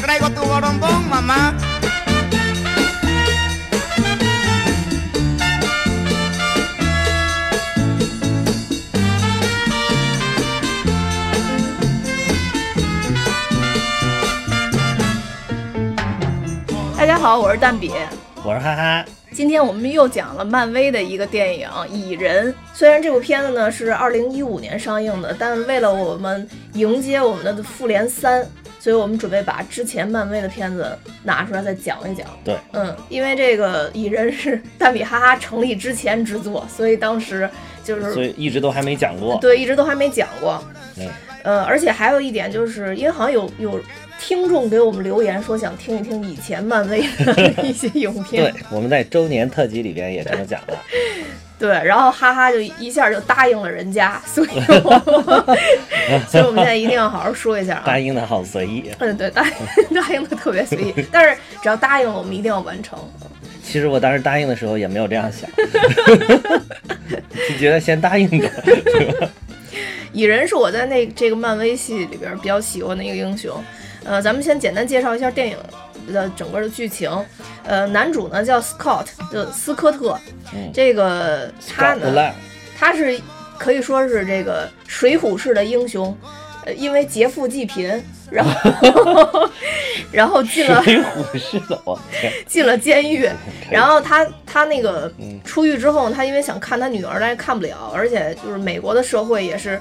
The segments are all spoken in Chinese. traigo tu borombón, mamá. 大家好，我是蛋比。我是哈哈，今天我们又讲了漫威的一个电影《蚁人》。虽然这部片子呢是二零一五年上映的，但为了我们迎接我们的复联三，所以我们准备把之前漫威的片子拿出来再讲一讲。对，嗯，因为这个《蚁人》是蛋比哈哈成立之前之作，所以当时就是所以一直都还没讲嗯过。啊对一直都还没讲过。嗯，呃，而且还有一点，就是因为好像有有听众给我们留言说想听一听以前漫威的一些影片。对，我们在周年特辑里边也这么讲了。对，然后哈哈就一下就答应了人 家，所以我们，所以我们现 在一定要好好说一下啊答。应的好随意。嗯，对，答应 答应的特别 随意，但是只要答应了，我们一定要完成。其实我当时答应的时候也没有这 样想，就觉得先答应着。蚁人是我在那这个漫威系里边比较喜欢的一个英雄。呃，咱们先简单介绍一下电影的整个的剧情。呃，男主呢叫 Scott，就斯科特。嗯这个他搞不呢， 烂，他是可以说是这个水浒式的英雄，呃，因为劫富济贫，然 后然后进了水浒是的，我天，进了监 狱，然后他他那个嗯出狱之后，他因为想看他女儿，但是看不了，而且就是美国的社会也是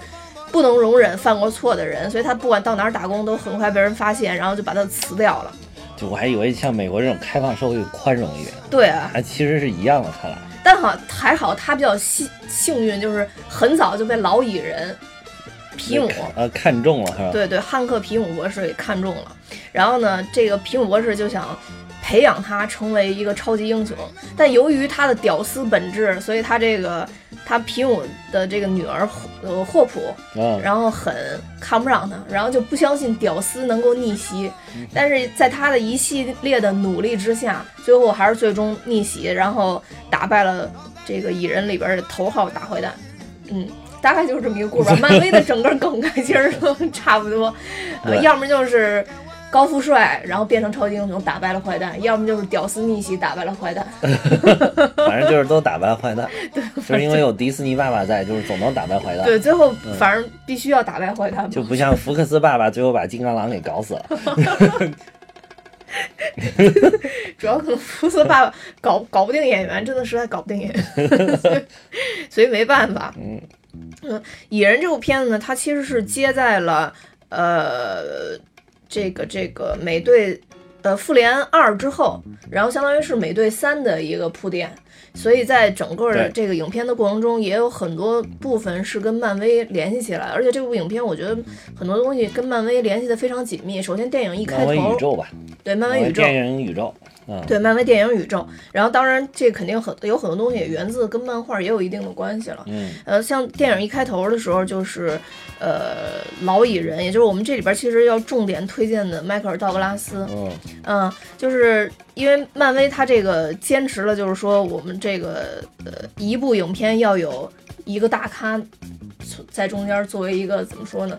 不能容忍犯过错的人，所以他不管到哪儿打工都很快被人发现，然后就把他辞掉了。就我还以为像美国这种开放社会宽容一点，对啊，啊，其实是一样的。看来但好还好他比较幸幸运，就是很早就被老蚁人皮姆。呃看中了是吧？对对，汉克皮姆博士给看中了。然后呢，这个皮姆博士就想培养他成为一个超级英雄，但由于他的屌丝本质，所以他这个他皮姆的这个女儿呃霍普，嗯，然后很看不上他，然后就不相信屌丝能够逆袭。嗯但是在他的一系列的努力之下，最后还是最终逆袭，然后打败了这个蚁人里边的头号大坏蛋。嗯，大概就是这么一个 故事吧。漫威的整个梗概其实都 差不多，呃，对要么就是。高富帅，然后变成超级英雄，打败了坏蛋；要么就是屌丝逆袭，打败了坏蛋。反正就是都打败 坏蛋，就是因为有迪士尼爸爸在，就是总能打败坏蛋。对，最后反正必须要打败坏蛋嘛。嗯就不像福克斯爸爸最后把金刚狼给搞死了。主要可能福斯爸爸 搞搞不定演员，真的实在搞不定演员， 所以所以没办法。嗯嗯，蚁人这部片子呢，它其实是接在了呃这个这个美队呃复联二之后，然后相当于是美队三的一个铺垫。所以在整个的对这个影片的过程中，也有很多部分是跟漫威联系起来，而且这部影片我觉得很多东西跟漫威联系的非常紧密。首先，电影一开漫头，威宇宙吧，对漫威宇宙，电影宇宙，嗯，对漫威电影宇宙，然后当然这肯定很有很多东西也源自跟漫画也有一定的关系了。嗯，呃，像电影一开头的时候就是，呃，老蚁人，也就是我们这里边其实要重点推荐的迈克尔道格拉斯，嗯，嗯、就是因为漫威它这个坚持了，就是说我们这个呃一部影片要有一个大咖在中间作为一个怎么说呢，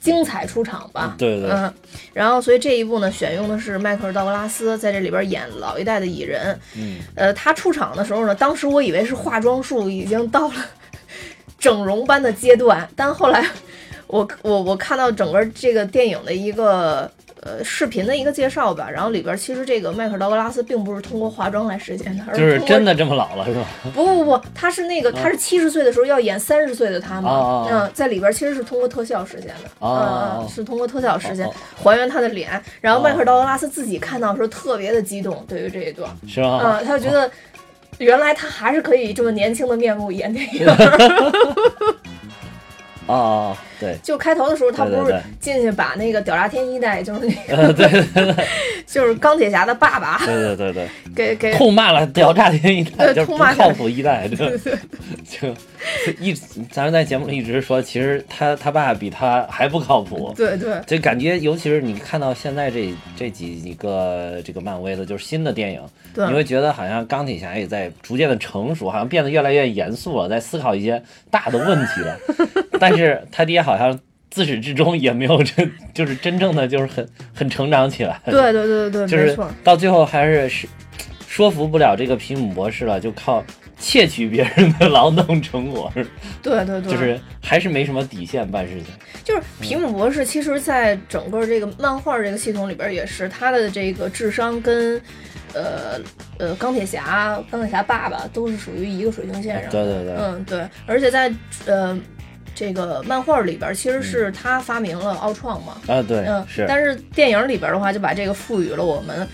精彩出场吧，对对，嗯，然后所以这一部呢，选用的是迈克尔·道格拉斯在这里边演老一代的蚁人。嗯，呃，他出场的时候呢，当时我以为是化妆术已经到了整容般的阶段，但后来我我我看到整个这个电影的一个。呃，视频的一个介绍吧，然后里边其实这个迈克尔·道格拉斯并不是通过化妆来实现的，而就是通过真的这么老了是吧？不不不，他是那个他是七十岁的时候要演三十岁的他嘛，哦哦哦嗯，在里边其实是通过特效实现的，哦哦嗯哦嗯，是通过特效实现哦哦还原他的脸。然后迈克尔·哦道格拉斯自己看到的时候特别的激动，对于这一段，是吧？嗯，他就觉哦得原来他还是可以这么年轻的面目演电影。哦，对，就开头的时候，他对对不是对进去把那个屌炸天一代，就是那呃， 对对对 就是钢铁侠的爸爸 对对对给给对，痛骂了屌炸天一代，对就是不痛骂靠谱一 代，这就一直咱们在节目里一直说，其实他他爸比他还不靠谱。对对就感觉，尤其是你看到现在这这几个这个漫威的，就是新的电影，你对会觉得好像钢铁侠也在逐渐的成熟，好 像变得越来越严肃了，在思考一些大的问题了。但是他爹好像自始至终也没有真， 就是真正的就是很很成长起来。对对对对对，就没是错。到最后还是是说服不了这个皮姆博士了，就靠窃取别人的劳动成果，对对对，就是还是没什么底线办事情。就是皮姆博士，其实在整个这个漫画这个系统里边也是，他的这个智商跟，呃呃钢铁侠、钢铁侠爸爸都是属于一个水平线上。对对对，嗯，对，而且在呃这个漫画里边，其实是他发明了奥创嘛。啊对，嗯，是但是电影里边的话，就把这个赋予了我们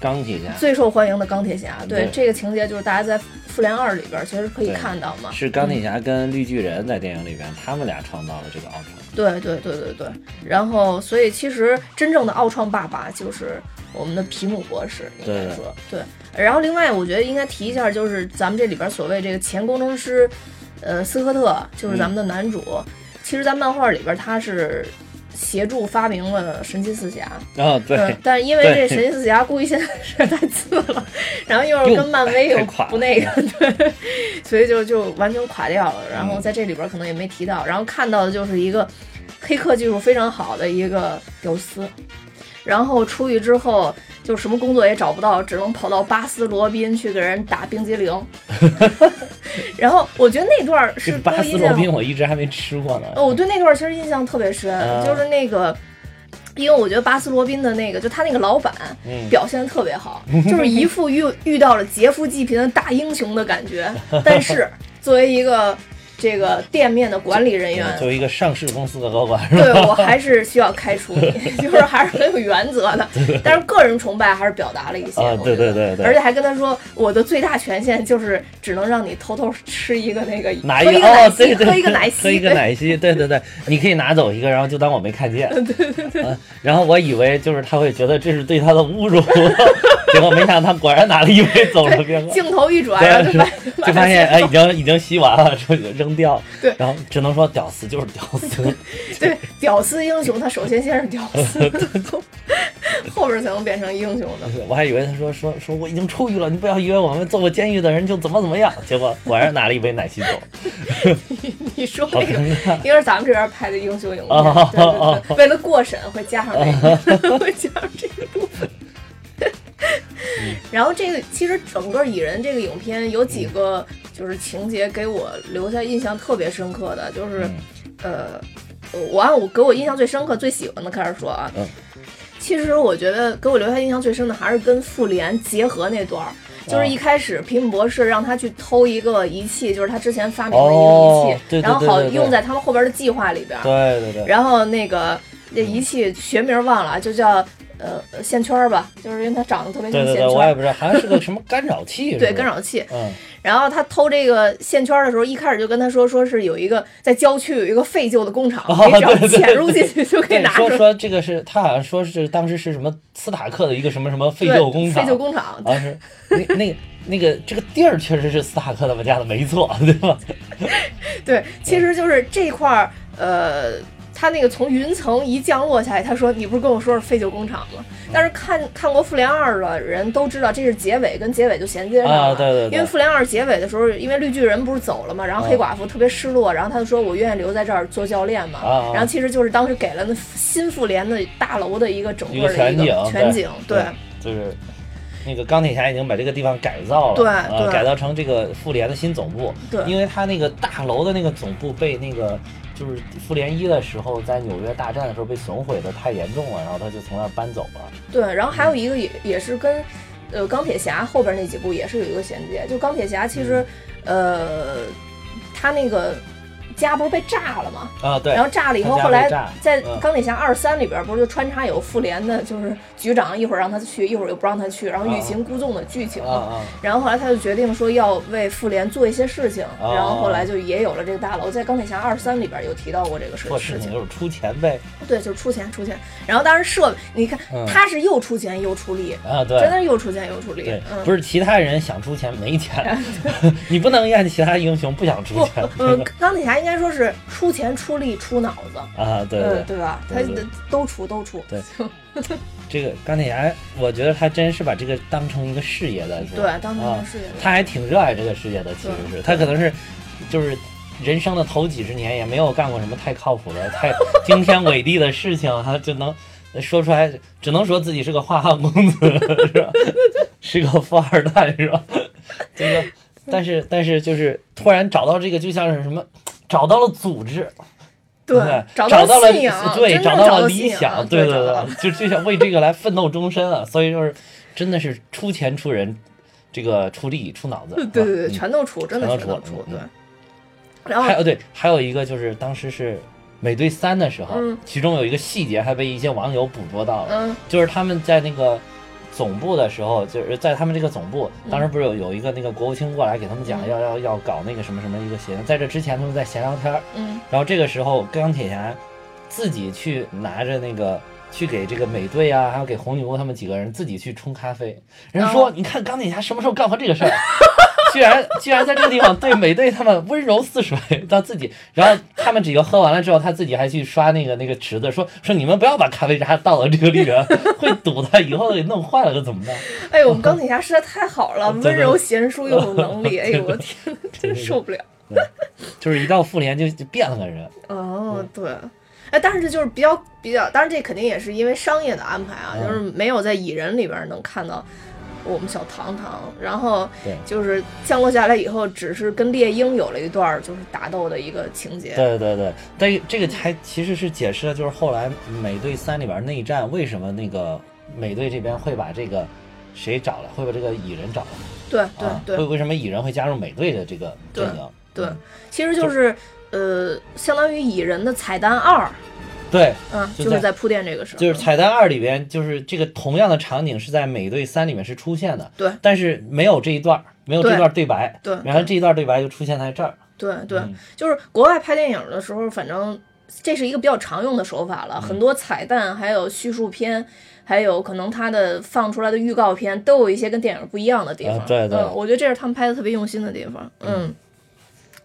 钢铁侠。最受欢迎的钢铁侠。对对这个情节，就是大家在《复联二》里边其实可以对看到嘛。是钢铁侠跟绿巨人在电影里边，他们俩创造了这个奥创。对对对对对，然后所以其实真正的奥创爸爸就是我们的皮姆博士，应该说对然后另外我觉得应该提一下，就是咱们这里边所谓这个前工程师，呃，斯科特就是咱们的男主，其实，在漫画里边他是协助发明了神奇四侠，啊，对，嗯，但是因为这对神奇四侠估计现在是太次了，然后又是跟漫威又又太垮了不那个，对，所以就就完全垮掉了。然后在这里边可能也没提到，然后看到的就是一个黑客技术非常好的一个屌丝，然后出去之后就什么工作也找不到，只能跑到巴斯罗宾去给人打冰激 凌。 然后我觉得那段是这给我巴斯印罗象宾我一直还没吃过呢。呃，我对那段其实印象特别深，啊就是那个，因为我觉得巴斯罗宾的那个，就他那个老板嗯表现的特别好，就是一副遇遇到了劫富济贫的大英雄的感 觉。但是作为一个这个店面的管理人员，嗯作为一个上市公司的高管，是吧对我还是需要开除你， 就是还是很有原则的。但是个人崇拜还是表达了一些，啊我觉得对对对对而且还跟他说，我的最大权限就是只能让你偷偷吃一个那个，拿喝一个个奶哦，昔，对对，喝一个奶昔，喝一个奶昔，对对对，你可以拿走一个，然后就当我没 看见。对对对、然后我以为就是他会觉得这是对他的侮辱， 结果没想到他果然拿了一杯走了， 别喝。镜头一转，对然后就发是 就发现哎，已经已经吸完了，就扔掉。对然后只能说屌丝就是屌丝。对，屌丝英雄，他首先先是屌丝， 后边才能变成英雄的。我还以为他说说说我已经出狱了，你不要以为我们坐过监狱的人就怎么怎么样。结果果然拿了一杯奶昔 走，你说好那 个尴尬。应该是咱们这边拍的英雄影片，哦对哦对对，为了过审会加上这 个，会加上这个部分。嗯 然后这个其实整个蚁人这个影片有几个就是情节给我留下印象特别深刻的，嗯就是呃，我按我给我印象最深刻、最喜欢的开始说啊嗯，其实我觉得给我留下印象最深的还是跟复联结合那段儿。哦就是一开始皮姆博士让他去偷一个仪器，就是他之前发明的一个仪哦器，对对然后对好对对用在他们后边的计划里边。对对对，然后那个那仪器学名忘了，就叫呃线圈儿吧，就是因为它长得特别像对对线对，圈我也儿，不知道，好像是个什么干扰器。是对不是干。扰器。嗯，然后他偷这个线圈儿的时候，一开始就跟他说，说是有一个在郊区有一个废旧的工厂，哦你只要对对潜入进去 就可以对，拿出说来。说这个是他好像说是当时是什么斯塔克的一个什么什么废对旧工厂，废旧工厂，啊是那那个那个这个地儿确实是斯塔克他们家的，没错，对吧？ 对，其实就是这块儿，呃，他那个从云层一降落下来，他说：“你不是跟我说是废旧工厂吗？”但是看看过《复联二》的人都知道，这是结尾跟结尾就衔接上了。啊对对对啊因为《复联二》结尾的时候，因为绿巨人不是走了嘛，然后黑寡妇特别失落，然后他就说：“我愿意留在这儿做教练嘛。啊啊然后其实就是当时给了那新复联的大楼的一个整一个的全景，全景，对，嗯就是。那个钢铁侠已经把这个地方改造了，对呃对改造成这个复联的新总部。对因为他那个大楼的那个总部被那个就是复联一的时候在纽约大战的时候被损毁的太严重了，然后他就从那儿搬走了。对，然后还有一个也也是跟，呃，钢铁侠后边那几部也是有一个衔接，就钢铁侠其实，嗯呃，他那个家不是被炸了吗？啊，对，然后炸了以后，他家后来被炸在嗯钢铁侠二三里边不是就穿插有复联的，就是局长一会儿让他去，一会儿又不让他去，然后嗯欲擒故纵的剧情啊嘛。啊，然后后来他就决定说要为复联做一些事情，哦然后后来就也有了这个大楼，在钢铁侠二三里边有提到过这个事做事事情情。就是出钱呗。对，就是出钱出钱。然后当时设备，你看、嗯他是又出钱又出力，啊，对，真的是又出钱又出力对。，嗯，不是是其他人想出钱 没钱， 你不能怨其他英雄不想出不钱，嗯，钢铁侠应该说是出钱出力出脑子， 啊。对嗯，对，对吧？他对对都出都出，对这个钢铁侠，我觉得他真是把这个当成一个事业在做，对当成一个啊事业在做他还挺热爱这个事业的，其实是他可能是就是人生的头几十年也没有干过什么太靠谱的、太 惊天伟地的事情，哈，就能说出来，只能说自己是个花花公子，是吧？是个富二代，是吧？这个，但是但是就是突然找到这个，就像是什么，找到了组织，对对，找找到了信仰，对，真正找找了信理想，仰，对对找到了对，就就想为这个来奋斗终身啊！所以就是真的是出钱出人，这个出力出脑子，对对对，嗯全都出，真的全全都都出出，嗯对。然后还有对，还有一个就是当时是美队三的时候，嗯其中有一个细节还被一些网友捕捉到了，嗯就是他们在那个总部的时候，就是在他们这个总部，当时不是有有一个那个国务卿过来给他们讲嗯要、要要搞那个什么什么一个协定，在这之前他们在闲聊天儿，嗯然后这个时候钢铁侠自己去拿着那个。去给这个美队啊，还有给红女巫他们几个人自己去冲咖啡。人家说，哦你看钢铁侠什么时候干过这个事儿？ 居然居然在这个地方对美队他们温柔似水，到自己，然后他们几个喝完了之后，他自己还去刷那个那个池子，说说你们不要把咖啡渣倒到这个里边， 会堵的，以后给弄坏了可怎么办？哎呦，我们钢铁侠实在太好了， 对对温柔贤淑又有能 力，哎呦我的天，真受不了。就是一到复联就就变了个人，哦，嗯对，哎，但是就是比较比较，当然这肯定也是因为商业的安排啊，嗯就是没有在蚁人里边能看到我们小唐唐，然后对就是降落下来以后，只是跟猎鹰有了一段就是打斗的一个情节。对对对，但是这个还其实是解释了，就是后来美队三里边内战为什么那个美队这边会把这个谁找来，会把这个蚁人找来对对啊？对会为什么蚁人会加入美队的这个阵营？嗯对，其实就是呃，相当于蚁人的彩蛋二，对，嗯，就就是在在铺垫这个事儿，就是彩蛋二里边，就是这个同样的场景是在美队三里面是出现的，对但是没有这一段儿，没有这对段对白，对然后这一段对白就出现在这儿，对对嗯，就是国外拍电影的时候，反正这是一个比较常用的手法嗯了。很多彩蛋，还有叙述片，还有可能它的放出来的预告片，都有一些跟电影不一样的地方。啊对对嗯，我觉得这是他们拍的特别用心的地方。嗯，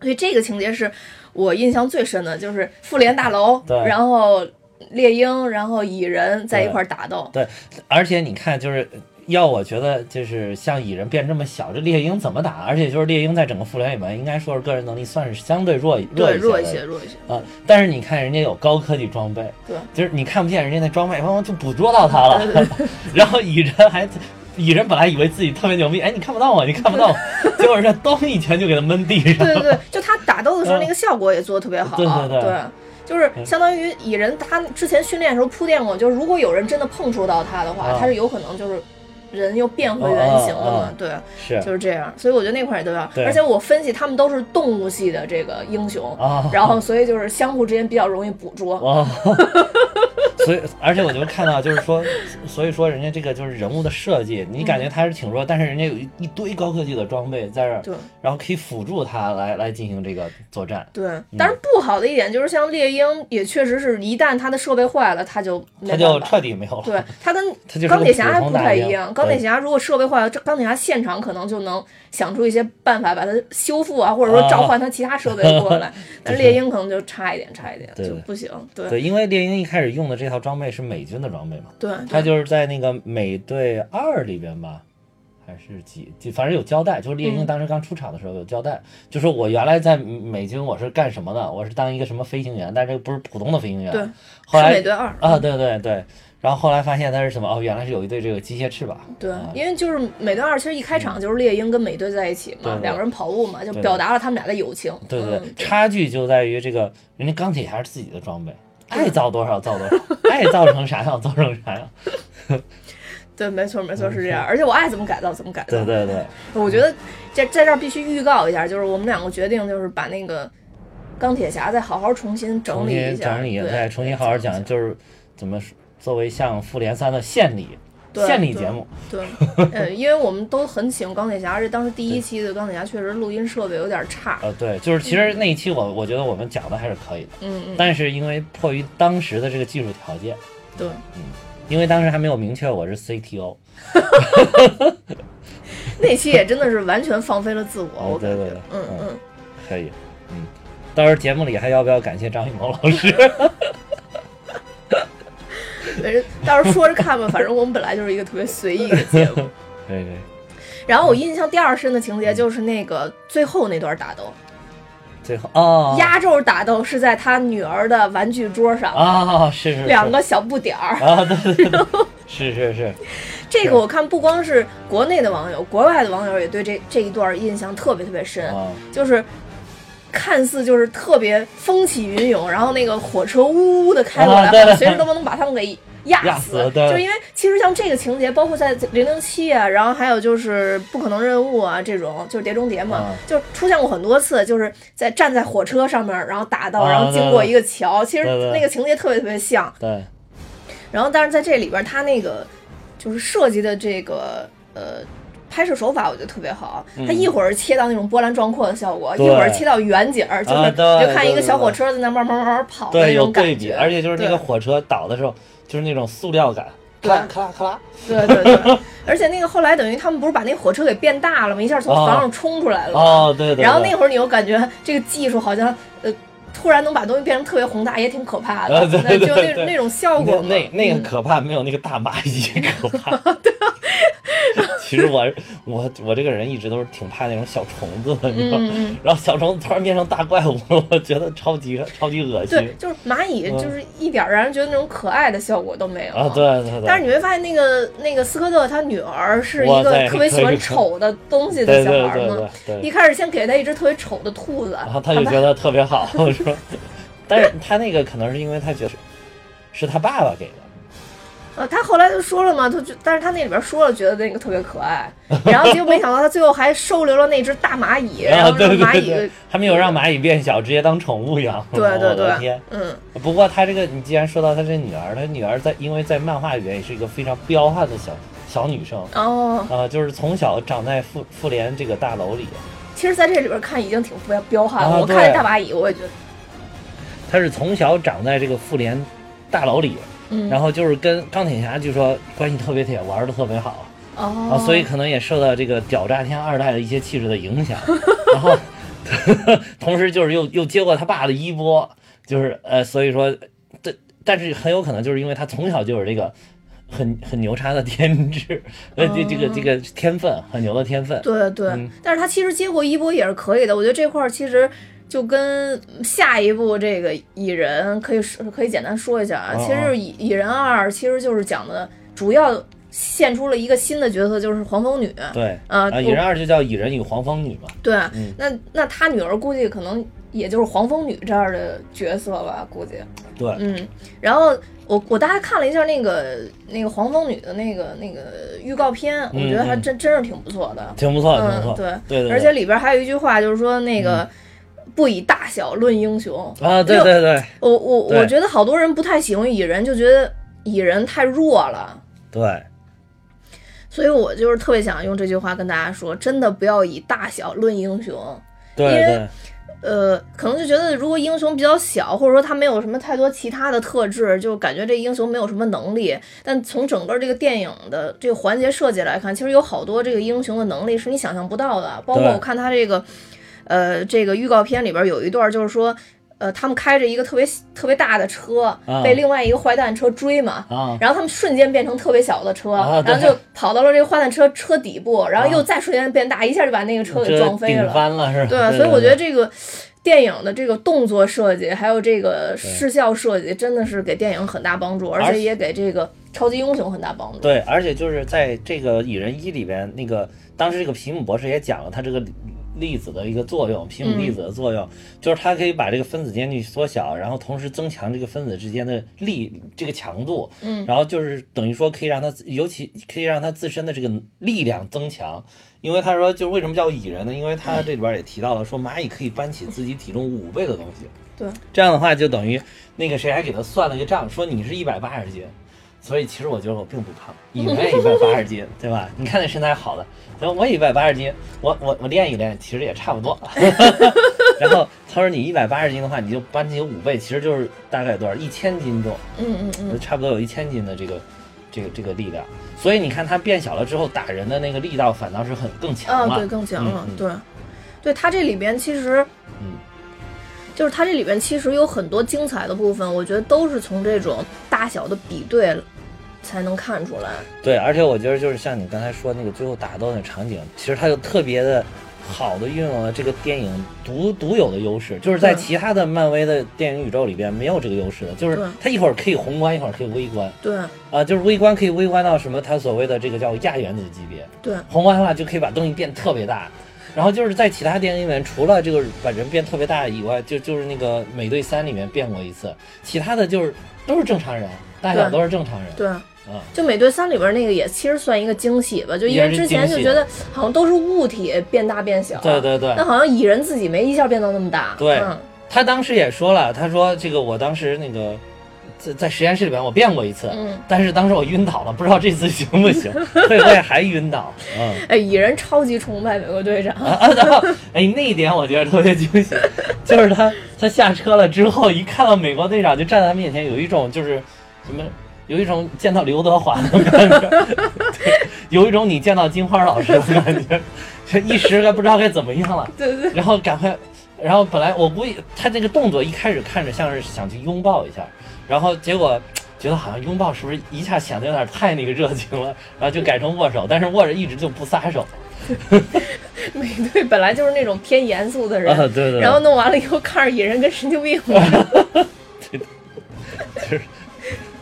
所以这个情节是我印象最深的，就是复联大楼对，然后猎鹰，然后蚁人在一块儿打斗。对，而且你看，就是要我觉得就是像蚁人变这么小，这猎鹰怎么打？而且就是猎鹰在整个复联里面，应该说是个人能力算是相对弱对，弱弱一一些些，的。弱一些。啊！但是你看人家有高科技装备，对，就是你看不见人家那装备，汪汪就捕捉到 他了。然后蚁人还，蚁人本来以为自己特别牛逼，哎，你看不到我，你看不到我，结果人家咚一拳就给他闷地上。 对对对，就他打斗的时候嗯那个效果也做的特别好，啊对对对嗯就是相当于蚁人他之前训练的时候铺垫过，就是如果有人真的碰触到他的话，啊他是有可能就是人又变回原形的嘛，啊啊对，是就是这样。所以我觉得那块儿也都要，对而且我分析他们都是动物系的这个英雄，啊哦然后所以就是相互之间比较容易捕捉。哇，所以而且我就看到，就是说，所以说人家这个就是人物的设计，你嗯感觉他是挺弱，但是人家有一一堆高科技的装备在这儿，对然后可以辅助他来来进行这个作战。对，但是不好的一点就是，像猎鹰也确实是一旦他的设备坏了，他就没他办就法彻底没有了。对，它跟它就是钢个铁侠普还通不大太兵一样。钢铁对侠如果设备坏了，这钢铁侠现场可能就能想出一些办法把它修复啊，或者说召唤他其他设备过 来。但是猎鹰可能就差一点，差一点对就对不行。对对，因为猎鹰一开始用的这套装备是美军的装备嘛，对他对就是在那个美队二里边吧，还是几，就反正有交代，就是猎鹰嗯当时刚出场的时候有交代，就说我原来在美军我是干什么的，我是当一个什么飞行员，但这个不是普通的飞行员，对，是后来美队二。啊，对对对，然后后来发现它是什么？哦，原来是有一对这个机械翅膀。对啊，嗯因为就是美队二，其实一开场就是猎鹰跟美队在一起对嘛，对两个人跑步嘛，就对表达了他们俩的友情。对对对，嗯差距就在于这个人家钢铁侠是自己的装备，爱造多少造多少， 爱造成啥样造成啥样。对，没错没错是这样。而且我爱怎么改造怎么改造嗯对。对对，我觉得在在这儿必须预告一下，就是我们两个决定就是把那个钢铁侠再好好重新整重理一新下，整理，对再重新好好讲，就是怎么说作为像复联三的献礼对献礼节目，对，嗯，因为我们都很喜欢钢铁侠，而且当时第一期的钢铁侠确实录音设备有点差，呃，对，就是其实那一期我我觉得我们讲的还是可以的，嗯嗯，但是因为迫于当时的这个技术条件，对，因为当时还没有明确我是 CTO，那期也真的是完全放飞了自我，哦我对感对觉对，嗯嗯，可以，嗯，到时候节目里还要不要感谢张艺谋老师？ 没 事，到时候说着看吧，反正我们本来就是一个特别随意的节 目。对对，嗯哦然后我印象第二深的情节就是那个最后那段打斗，对最后哦，压轴打斗是在他女儿的玩具桌上，啊，是是是两个小不点儿。啊，对对对， 是是是，这个我看不光是国内的网友，国外的网友也对这这一段印象特别特别深，啊，就是看似就是特别风起云涌，然后那个火车呜呜的开过啊来，对好像对随时都能把他们给压压死。死对就是因为其实像这个情节，包括在《零零七》啊，然后还有就是《不可能任务》啊这种，就是《碟中谍》嘛，啊就是出现过很多次，就是在站在火车上面，然后打到，啊然后经过一个桥，其实对对那个情节特别特别像。对，然后，但是在这里边儿，他那个就是设计的这个呃拍摄手法，我觉得特别好。他一会儿切到那种波澜壮阔的效果，嗯对一会儿切到远景儿，就是、啊对你就看一对个对小火车在那慢慢慢慢跑的对那有种感对比，觉，而且就是那对个火车倒的时候，就是那种塑料感，咔啦咔啦咔啦， 对对对，而且那个后来等于他们不是把那火车给变大了吗？一下从哦房上冲出来了嘛。哦，对对对，然后那会儿你又感觉这个技术好像呃。突然能把东西变成特别宏大，也挺可怕的，啊对对就对那对那种效果那嘛。嗯那那个可怕没有那个大蚂蚁可怕。 其实我我我这个人一直都是挺怕那种小虫子的，你知道吗？嗯嗯 然后小虫子突然变成大怪物了，我觉得超级超级恶对心，就是蚂蚁，嗯就是一点儿让人觉得那种可爱的效果都没有啊！对对对，但是你会发现，那个那个斯科特他女儿是一哇个塞 特别喜可欢以丑的东西的对小对孩对嘛对。对一开始先给他一只特别丑的兔子，然后他就觉得特别好，是吧？ 但是他那个可能是因为他觉得是是他爸爸给的，呃，他后来就说了嘛，他就但是他那里边说了，觉得那个特别可爱，然后结果没想到他最后还收留了那只大蚂 蚁，然后啊对让对蚂对蚁对，还没有让蚂蚁变小，直接当宠物养。对对哦我的对天，！嗯，不过他这个，你既然说到他这女儿，他女儿在因为在漫画里面也是一个非常彪悍的小小女生。哦，啊、就是从小长在妇妇联这个大楼里，其实在这里边看已经挺彪彪悍了。啊我对看见大蚂蚁，我也觉得，她是从小长在这个妇联大楼里，然嗯，后就是跟钢铁侠据说关系特别铁，玩的特别好，啊，哦，所以可能也受到这个屌炸天二代的一些气质的影响，然后同时就是又又接过他爸的衣钵，就是呃，所以说，但但是很有可能就是因为他从小就有这个很很牛叉的天质，呃，这这个这哦个天分很牛的天分，对对，嗯但是他其实接过衣钵也是可以的，我觉得这块儿其实就跟下一部这个《蚁人》可以说可以简单说一下啊，哦哦其实就是《蚁蚁人二》其实就是讲的主要献出了一个新的角色，就是黄蜂女。对，啊啊，蚁人二就叫蚁人与黄蜂女嘛，对，嗯那那他女儿估计可能也就是黄蜂女这样的角色吧，估计。对，嗯，然后我我大概看了一下那个那个黄蜂女的那个那个预告片，我觉得还嗯嗯真、真是挺不错的。挺不错，挺不嗯错，，对对对嗯对而且里边还有一句话，就是说那个、不以大小论英雄。啊，对对对我我对我觉得好多人不太喜欢蚁人，就觉得蚁人太弱了。对，所以我就是特别想用这句话跟大家说，真的不要以大小论英雄。对因为对，呃，可能就觉得如果英雄比较小，或者说他没有什么太多其他的特质，就感觉这英雄没有什么能力。但从整个这个电影的这个环节设计来看，其实有好多这个英雄的能力是你想象不到的。包括对我看他这个，呃，这个预告片里边有一段就是说。呃，他们开着一个特别特别大的车，啊被另外一个坏蛋车追嘛，啊，然后他们瞬间变成特别小的车，啊对然后就跑到了这个坏蛋车车底部，然后啊又再瞬间变大，一下就把那个车给这撞飞顶了。翻 了是吧？对，啊所以我觉得这个电影的这个动作设计，还有这个视效设计，真的是给电影很大帮助，而而且也给这个超级英雄很大帮助。对，而且就是在这个《蚁人一》里边，那个当时这个皮姆博士也讲了他这个粒子的一个作用，皮姆嗯粒子的作用、就是它可以把这个分子间距缩小，然后同时增强这个分子之间的力这个强度，嗯，然后就是等于说可以让它自，尤其可以让它自身的这个力量增强。因为他说，就是为什么叫蚁人呢？因为他这里边也提到了，说蚂蚁可以搬起自己体重五倍的东西。 对，这样的话就等于那个谁还给他算了个账，说你是一百八十斤，所以其实我觉得我并不胖，蚁人也一百八十斤， 对吧？你看那身材好的，然后我一百八十斤，我我我练一练，其实也差不多。然后他说你一百八十斤的话，你就搬起五倍，其实就是大概多少一千斤重，嗯嗯嗯，差不多有一千斤的这个这个这个力量。所以你看他变小了之后，打人的那个力道反倒是很更强啊，了。对，更强了，嗯嗯对，对，它这里边其实嗯，就是它这里边其实有很多精彩的部分，我觉得都是从这种大小的比对才能看出来。对，而且我觉得就是像你刚才说那个最后打斗那场景，其实它就特别的好的运用了这个电影独独有的优势，就是在对其他的漫威的电影宇宙里边没有这个优势的，就是对它一会儿可以宏观，一会儿可以微观啊、对就是微观可以微观到什么？它所谓的这个叫亚原子级别，对宏观的话就可以把东西变特别大。然后就是在其他电影里面，除了这个把人变特别大以外，就就是那个《美队三》里面变过一次，其他的就是都是正常人，大小对都是正常人。对，啊就美队三里边那个也其实算一个惊喜吧，就因也为是之前惊就喜觉得好像都是物体变大变小，对对对但好像蚁人自己没一下变到那么大，对嗯他当时也说了，他说这个我当时那个在在实验室里边我变过一次，嗯但是当时我晕倒了，不知道这次行不行， 会不会还晕倒？嗯。哎，蚁人超级崇拜美国队长，啊， 然后哎，那一点我觉得特别惊喜，就是他他下车了之后，一看到美国队长就站在他面前，有一种就是什么，有一种见到刘德华的感觉， 对，有一种你见到金花老师的感觉，这一时还不知道该怎么样了。对对然后赶快，然后本来我估计他那个动作一开始看着像是想去拥抱一下，然后结果觉得好像拥抱是不是一下显得有点太那个热情了，然后就改成握手，但是握着一直就不撒手。美队本来就是那种偏严肃的人，啊对 对然后弄完了以后看着蚁人跟神经 病一样，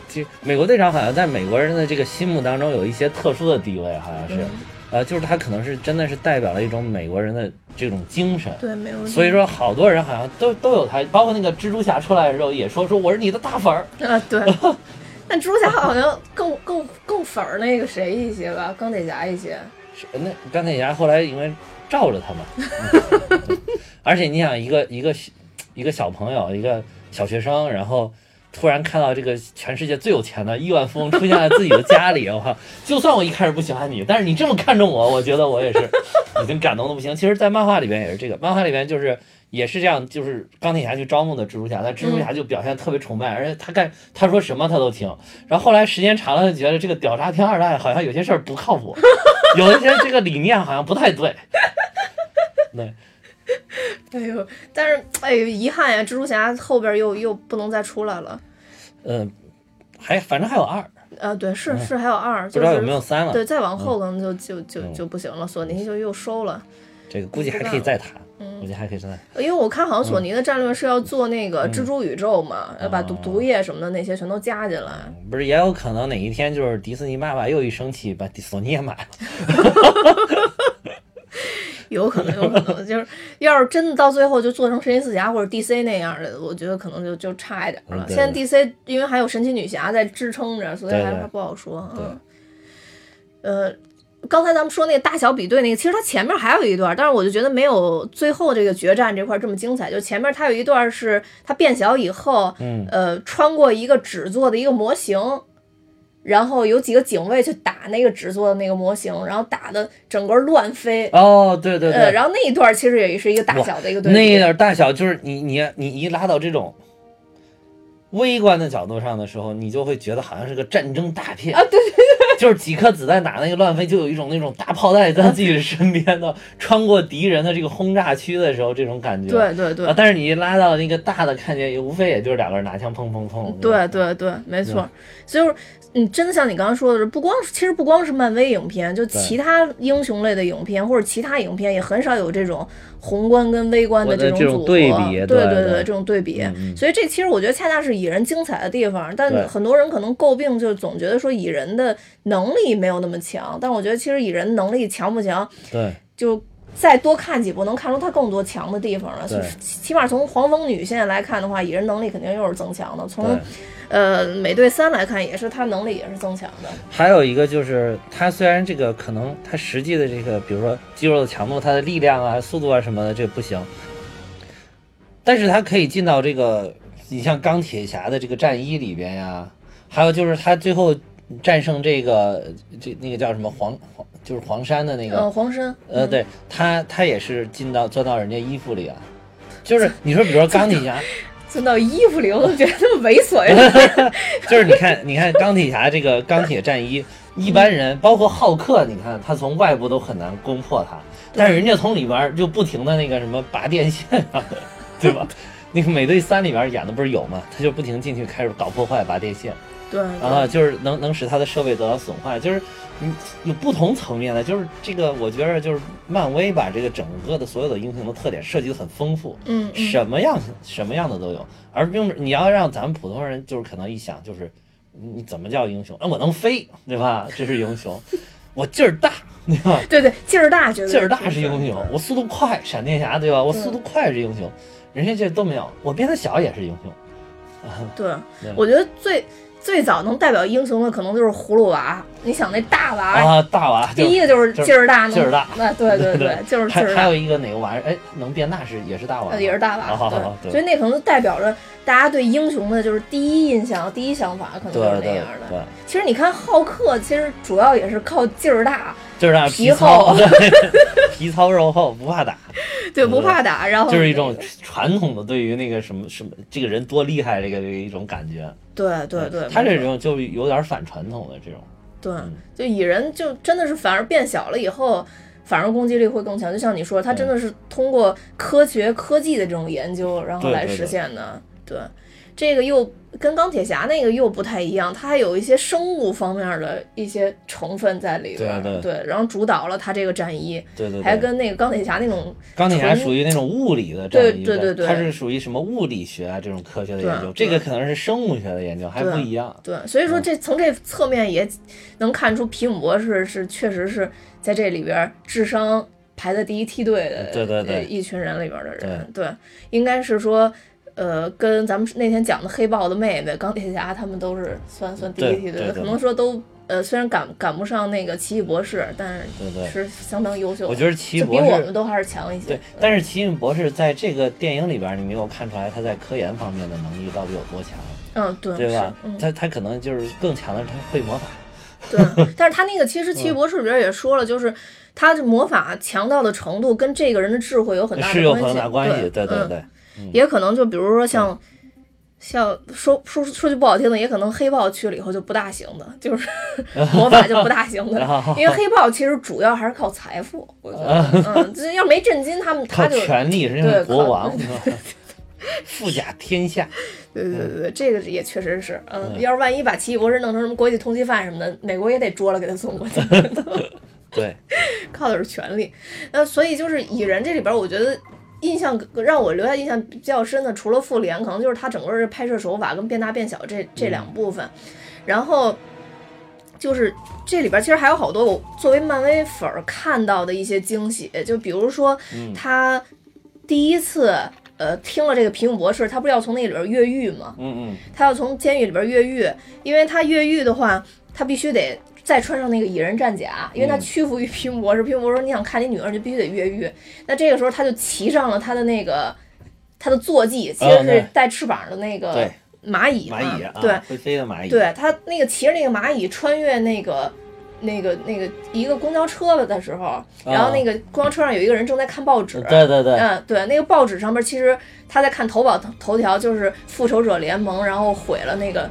其实美国队长好像在美国人的这个心目当中有一些特殊的地位，好像是，呃，就是他可能是真的是代表了一种美国人的这种精神。对，没有，所以说，好多人好像都都有他，包括那个蜘蛛侠出来的时候也说说我是你的大粉儿，啊 对。但蜘蛛侠好像更更更粉儿那个谁一些吧，钢铁侠一些。是那钢铁侠后来因为罩着他嘛，嗯而且你想一个一个小一个小朋友，一个小学生，然后突然看到这个全世界最有钱的亿万富翁出现在自己的家里，我靠！就算我一开始不喜欢你，但是你这么看重我，我觉得我也是已经感动的不行。其实，在漫画里边也是这个，漫画里边就是。也是这样，就是钢铁侠去招募的蜘蛛侠，但蜘蛛侠就表现得特别崇拜，而且他干他说什么他都听。然后后来时间长了，就觉得这个屌炸天二代好像有些事儿不靠谱， 有一些这个理念好像不太对。对，哎呦，但是哎呦，遗憾呀，蜘蛛侠后边又又不能再出来了。呃，还反正还有二，呃，对，是是还有二，嗯不就知是道有没有三了。对，再往后可能就就就嗯就不行了，索尼就又收了。这个估计还可以再谈，嗯估计还可以再谈。因为我看好像索尼的战略是要做那个嗯蜘蛛宇宙嘛，要哦把毒毒液什么的那些全都加进来。 不是也有可能哪一天就是迪士尼爸爸又一生气把迪索尼也买了。有可能，有可能，就是要是真的到最后就做成神奇四侠或者 DC 那样的，我觉得可能就就差一点了。嗯对现在 DC 因为还有神奇女侠在支撑着，所以对还对还不好说。对嗯，呃，刚才咱们说那个大小比对那个，其实它前面还有一段，但是我就觉得没有最后这个决战这块这么精彩。就前面它有一段是它变小以后，嗯，呃，穿过一个纸做的一个模型，然后有几个警卫去打那个纸做的那个模型，然后打的整个乱飞。哦，对对呃，对，然后那一段其实也是一个大小的一个对比，那一点大小就是你你你一拉到这种微观的角度上的时候，你就会觉得好像是个战争大片啊，对对对，就是几颗子弹打那个乱飞，就有一种那种大炮弹在自己身边的穿过敌人的这个轰炸区的时候，这种感觉。对对对啊，但是你一拉到那个大的看见，也无非也就是两个人拿枪砰砰砰。对对对，没错。所以就是，嗯，真的像你刚刚说的是，不光是其实不光是漫威影片，就其他英雄类的影片或者其他影片也很少有这种宏观跟微观的我的种这种组合，对对比对对对这种对比。嗯所以这其实我觉得恰恰是蚁人精彩的地方，但对很多人可能诟病，就是总觉得说蚁人的能力没有那么强，但我觉得其实蚁人能力强不强，对就再多看几部，能看出他更多强的地方了。对就是起起码从黄蜂女现在来看的话，蚁人能力肯定又是增强的。从对，呃美队三来看，也是他能力也是增强的。还有一个就是，它虽然这个可能它实际的这个，比如说肌肉的强度、它的力量啊、速度啊什么的，这不行，但是它可以进到这个，你像钢铁侠的这个战衣里边呀，还有就是他最后战胜这个这那个叫什么黄黄，就是黄山的那个，呃，黄申，呃，对他他也是进到钻到人家衣服里啊。就是你说，比如说钢铁侠，钻到衣服里，我都觉得那么猥琐 呀。就是你看，你看钢铁侠这个钢铁战衣，一般人包括浩克，你看他从外部都很难攻破他，但是人家从里边儿就不停的那个什么拔电线啊，对吧？那个美队三里边演的不是有吗？他就不停进去开始搞破坏、拔电线，对，啊，就是能能使它的设备得到损坏，就是嗯有不同层面的，就是这个我觉得就是漫威把这个整个的所有的英雄的特点设计得很丰富，嗯嗯什么样什么样的都有，而并你要让咱们普通人就是可能一想就是你你怎么叫英雄？啊，我能飞，对吧？这是英 雄，我劲儿大，对吧？对对，劲儿大，绝对劲儿大是英雄，对我速度快，闪电侠对吧？我对速度快是英雄，人家这都没有，我变得小也是英雄。对对，我觉得最最早能代表英雄的可能就是葫芦娃。你想那大娃，啊，大娃就哎第一个就是就是劲儿大，劲儿大那对对 对对，就是劲还儿还大有，一个哪个玩意儿？哎，能变大是也是大娃吗，呃也是大啊好好娃好。对对，所以那可能代表着大家对英雄的就是第一印象、第一想法，可能对就是对那样的。对，其实你看浩克，其实主要也是靠劲儿大，啊就是让皮皮糙厚， 对皮糙肉厚，不怕打，对，不怕打，然后嗯就是一种传统的对于那个什么什么这个人多厉害这个这个一种感觉。对对对，他这种就是有点反传统的这种。对，就蚁人就真的是反而变小了以后，反而攻击力会更强。就像你说，它真的是通过科学科技的这种研究，然后对来对实对现的。对这个又跟钢铁侠那个又不太一样，它还有一些生物方面的一些成分在里边儿。对对然后主导了他这个战衣，对对还对，跟那个钢铁侠那种钢铁侠纯属于那种物理的对战役，对对对它是属于什么物理学啊这种科学的对研究，对这个可能是生物学的研究，还对不一样。对，所以嗯说这从这侧面也能看出皮姆博士是确实是在这里边儿智商排在第一梯队的，对对对呃一群人里边儿的人，对，应该是说，呃，跟咱们那天讲的黑豹的妹妹、钢铁侠他们都是算算第一对梯队对的，对可对能说都呃虽然赶赶不上那个奇异博士，但对对，是是相当优秀的，我觉得奇异就比博我士们都还是强一些对，，但是奇异博士在这个电影里边儿，你没有看出来他在科研方面的能力到底有多强，嗯，对，对吧是？嗯，他他可能就是更强的，是他会魔法。对，但是他那个其实《奇异博士》里边也说了，就是他的魔法强到的程度跟这个人的智慧有很大的是有很大关系，对对对对，嗯嗯，也可能就比如说像。像说说说句不好听的，也可能黑豹去了以后就不大行的，就是 魔法就不大行的， 因为黑豹其实主要还是靠财富，我觉 得，嗯，这要没震惊他们，靠他就权力是因对为靠国王，是吧 富甲天下，对对对对，这个也确实是，嗯，要是万一把奇异博士弄成什么国际通缉犯什么的，美国也得捉了给他送过去。 对，靠的是权力。那所以就是蚁人这里边，我觉得印象让我留下印象比较深的，除了复联，可能就是它整个的拍摄手法跟变大变小这这两部分。然后就是这里边其实还有好多我作为漫威粉儿看到的一些惊喜，就比如说他第一次。呃，听了这个皮姆博士，他不是要从那里边越狱吗？嗯嗯，他要从监狱里边越狱，因为他越狱的话，他必须得再穿上那个蚁人战甲，因为他嗯屈服于皮姆 博士。皮姆博士说：“你想看你女儿，你就必须得越狱。”那这个时候他就骑上了他的那个他的坐骑，其实是对带翅膀的那个哦对蚂蚁嘛，蚂蚁啊，呃对、会飞的蚂蚁，对，他那个骑着那个蚂蚁穿越那个。那个那个一个公交车的时候，然后那个公交车上有一个人正在看报纸，哦呃对对对，嗯，对，那个报纸上面其实他在看头版头条，就是复仇者联盟，然后毁了那个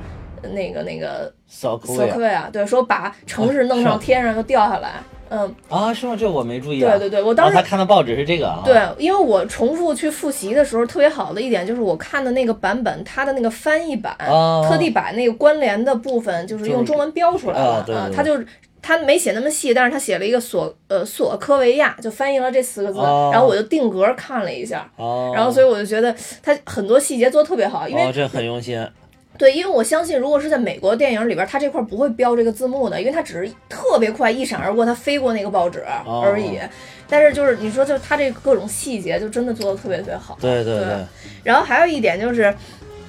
那个那个骚酷索克呀，维亚，对，说把城市哦弄上天上又掉下来。嗯，啊，是吗？这我没注意啊。对对对，我然当后时他看的报纸是这个啊，对，因为我重复去复习的时候，特别好的一点就是我看的那个版本，它的那个翻译版、哦特地把那个关联的部分就是就是用中文标出来了啊对啊对，对他就是。他没写那么细，但是他写了一个索呃索科维亚，就翻译了这四个字，哦然后我就定格看了一下，哦，然后所以我就觉得他很多细节做得特别好，因为、哦，这很用心，对，因为我相信如果是在美国电影里边，他这块不会标这个字幕的，因为他只是特别快一闪而过，他飞过那个报纸哦而已。但是就是你说，就是他这各种细节就真的做的特别特别好。对对对然后还有一点就是，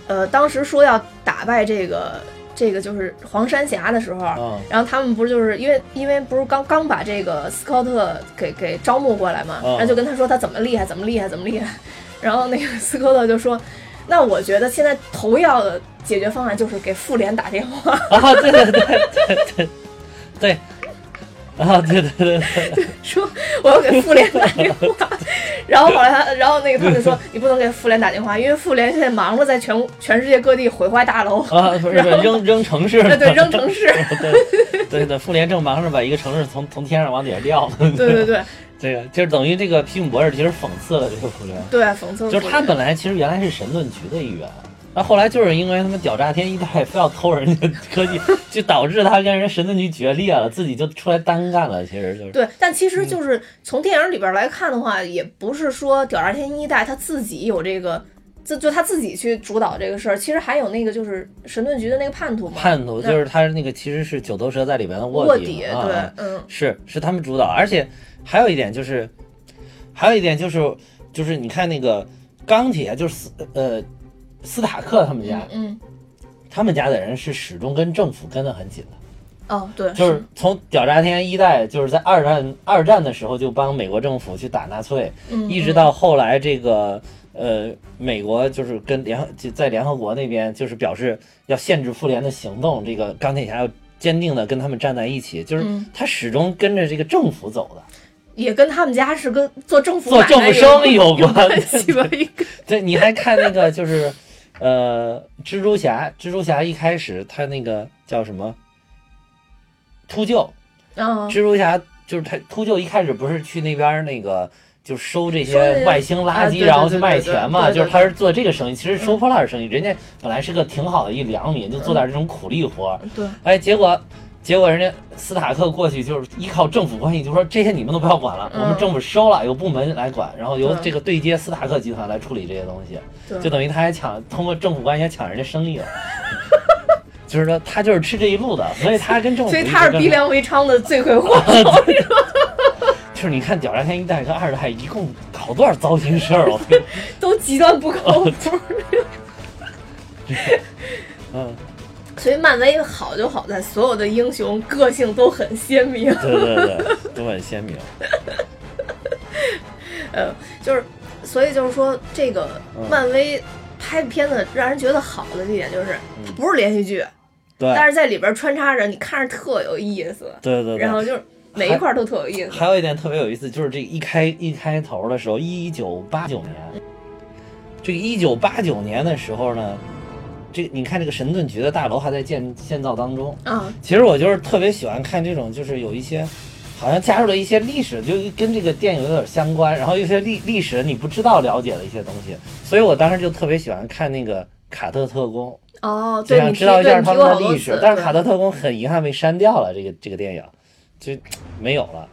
呃，当时说要打败这个这个就是黄山侠的时候，嗯然后他们不是就是因为因为不是刚刚把这个斯科特给给招募过来嘛，嗯然后就跟他说他怎么厉害怎么厉害怎么厉害， 然后那个斯科特就说。那我觉得现在头要的解决方案就是给妇联打电话， 啊，对对对对对对，啊，对对对对，说我要给妇联打电话。 然后后来他，然后那个他就说你不能给妇联打电话，因为妇联现在忙着在全全世界各地毁坏大楼，啊，不是不是扔扔城市 对了，对，扔城市， 对对对，复联正忙着把一个城市从从天上往底下掉，对对对这个就是等于这个皮姆博士其实讽刺了这个复联，对，讽刺就是妇他联本来其实原来是神盾局的一员，然后后来就是因为他们屌炸天一代非要偷人家 科技，就导致他跟人神盾局决裂了，自己就出来单干了。其实就是对，但其嗯实就是从电影里边来看的话，也不是说屌炸天一代他自己有这个，就就他自己去主导这个事儿。其实还有那个就是神盾局的那个叛徒嘛，叛徒，那就是他那个其实是九头蛇在里边的卧底底，嘛。对啊，嗯，是是他们主导，而且还有一点就是，还有一点就是就是你看那个钢铁，就是斯呃斯塔克他们家，嗯，他们家的人是始终跟政府跟得很紧的。哦， 对，就是从屌炸天一代，就是在二战二战的时候就帮美国政府去打纳粹，嗯一直到后来这个呃美国就是跟联合就在联合国那边就是表示要限制复联的行动，这个钢铁侠要坚定的跟他们站在一起，就是嗯他始终跟着这个政府走的，也跟他们家是跟做政府做政府生意有有关关系吧？应该对，你还看那 个就是，呃，蜘蛛侠，蜘蛛侠一开始他那个叫什么秃鹫，啊，蜘蛛侠就是他秃鹫一开始不是去那边儿那个就收这收那些些外星垃啊对圾，对然后对去对卖对钱嘛，对对就是对他是做这个生意，其实收破烂儿生意，人家本来是个挺好的一良民，就做点这种苦力活儿，对，哎，结果。结果人家斯塔克过去就是依靠政府关系，就说这些你们都不要管了，我们嗯政府收了，由部门来管，然后由对这个对接斯塔克集团来处理这些东西。对就等于他还抢通过政府关系还抢人家生意了。就是说，他就是吃这一路的，所以他跟政 府所一以直跟着，他是逼良为娼的罪魁祸首。 就是你看《屌炸天一代》和二代一共搞多少糟心事儿，我 天，都极端不靠 谱。嗯，所以漫威好就好在所有的英雄个性都很鲜明，对对对，都很鲜明，呃，就是所以就是说这个嗯漫威拍片子让人觉得好的这点就是它不是连续剧，嗯对，但是在里边穿插着你看着特有意思，对对然后对。就是每一块都特有意思。还有一点特别有意思，就是这一开一开头的时候，一九八九年，这个一九八九年的时候呢，这个你看这个神盾局的大楼还在建建造当中，啊，其实我就是特别喜欢看这种，就是有一些好像加入了一些历史，就跟这个电影有点相关，然后有些历历史你不知道了解的一些东西，所以我当时就特别喜欢看那个。卡特特工，哦，就对，想你知道一对下你他提们过的好多历次史，，但是对卡特特工很遗憾被删掉了，这个这个电影就没有了。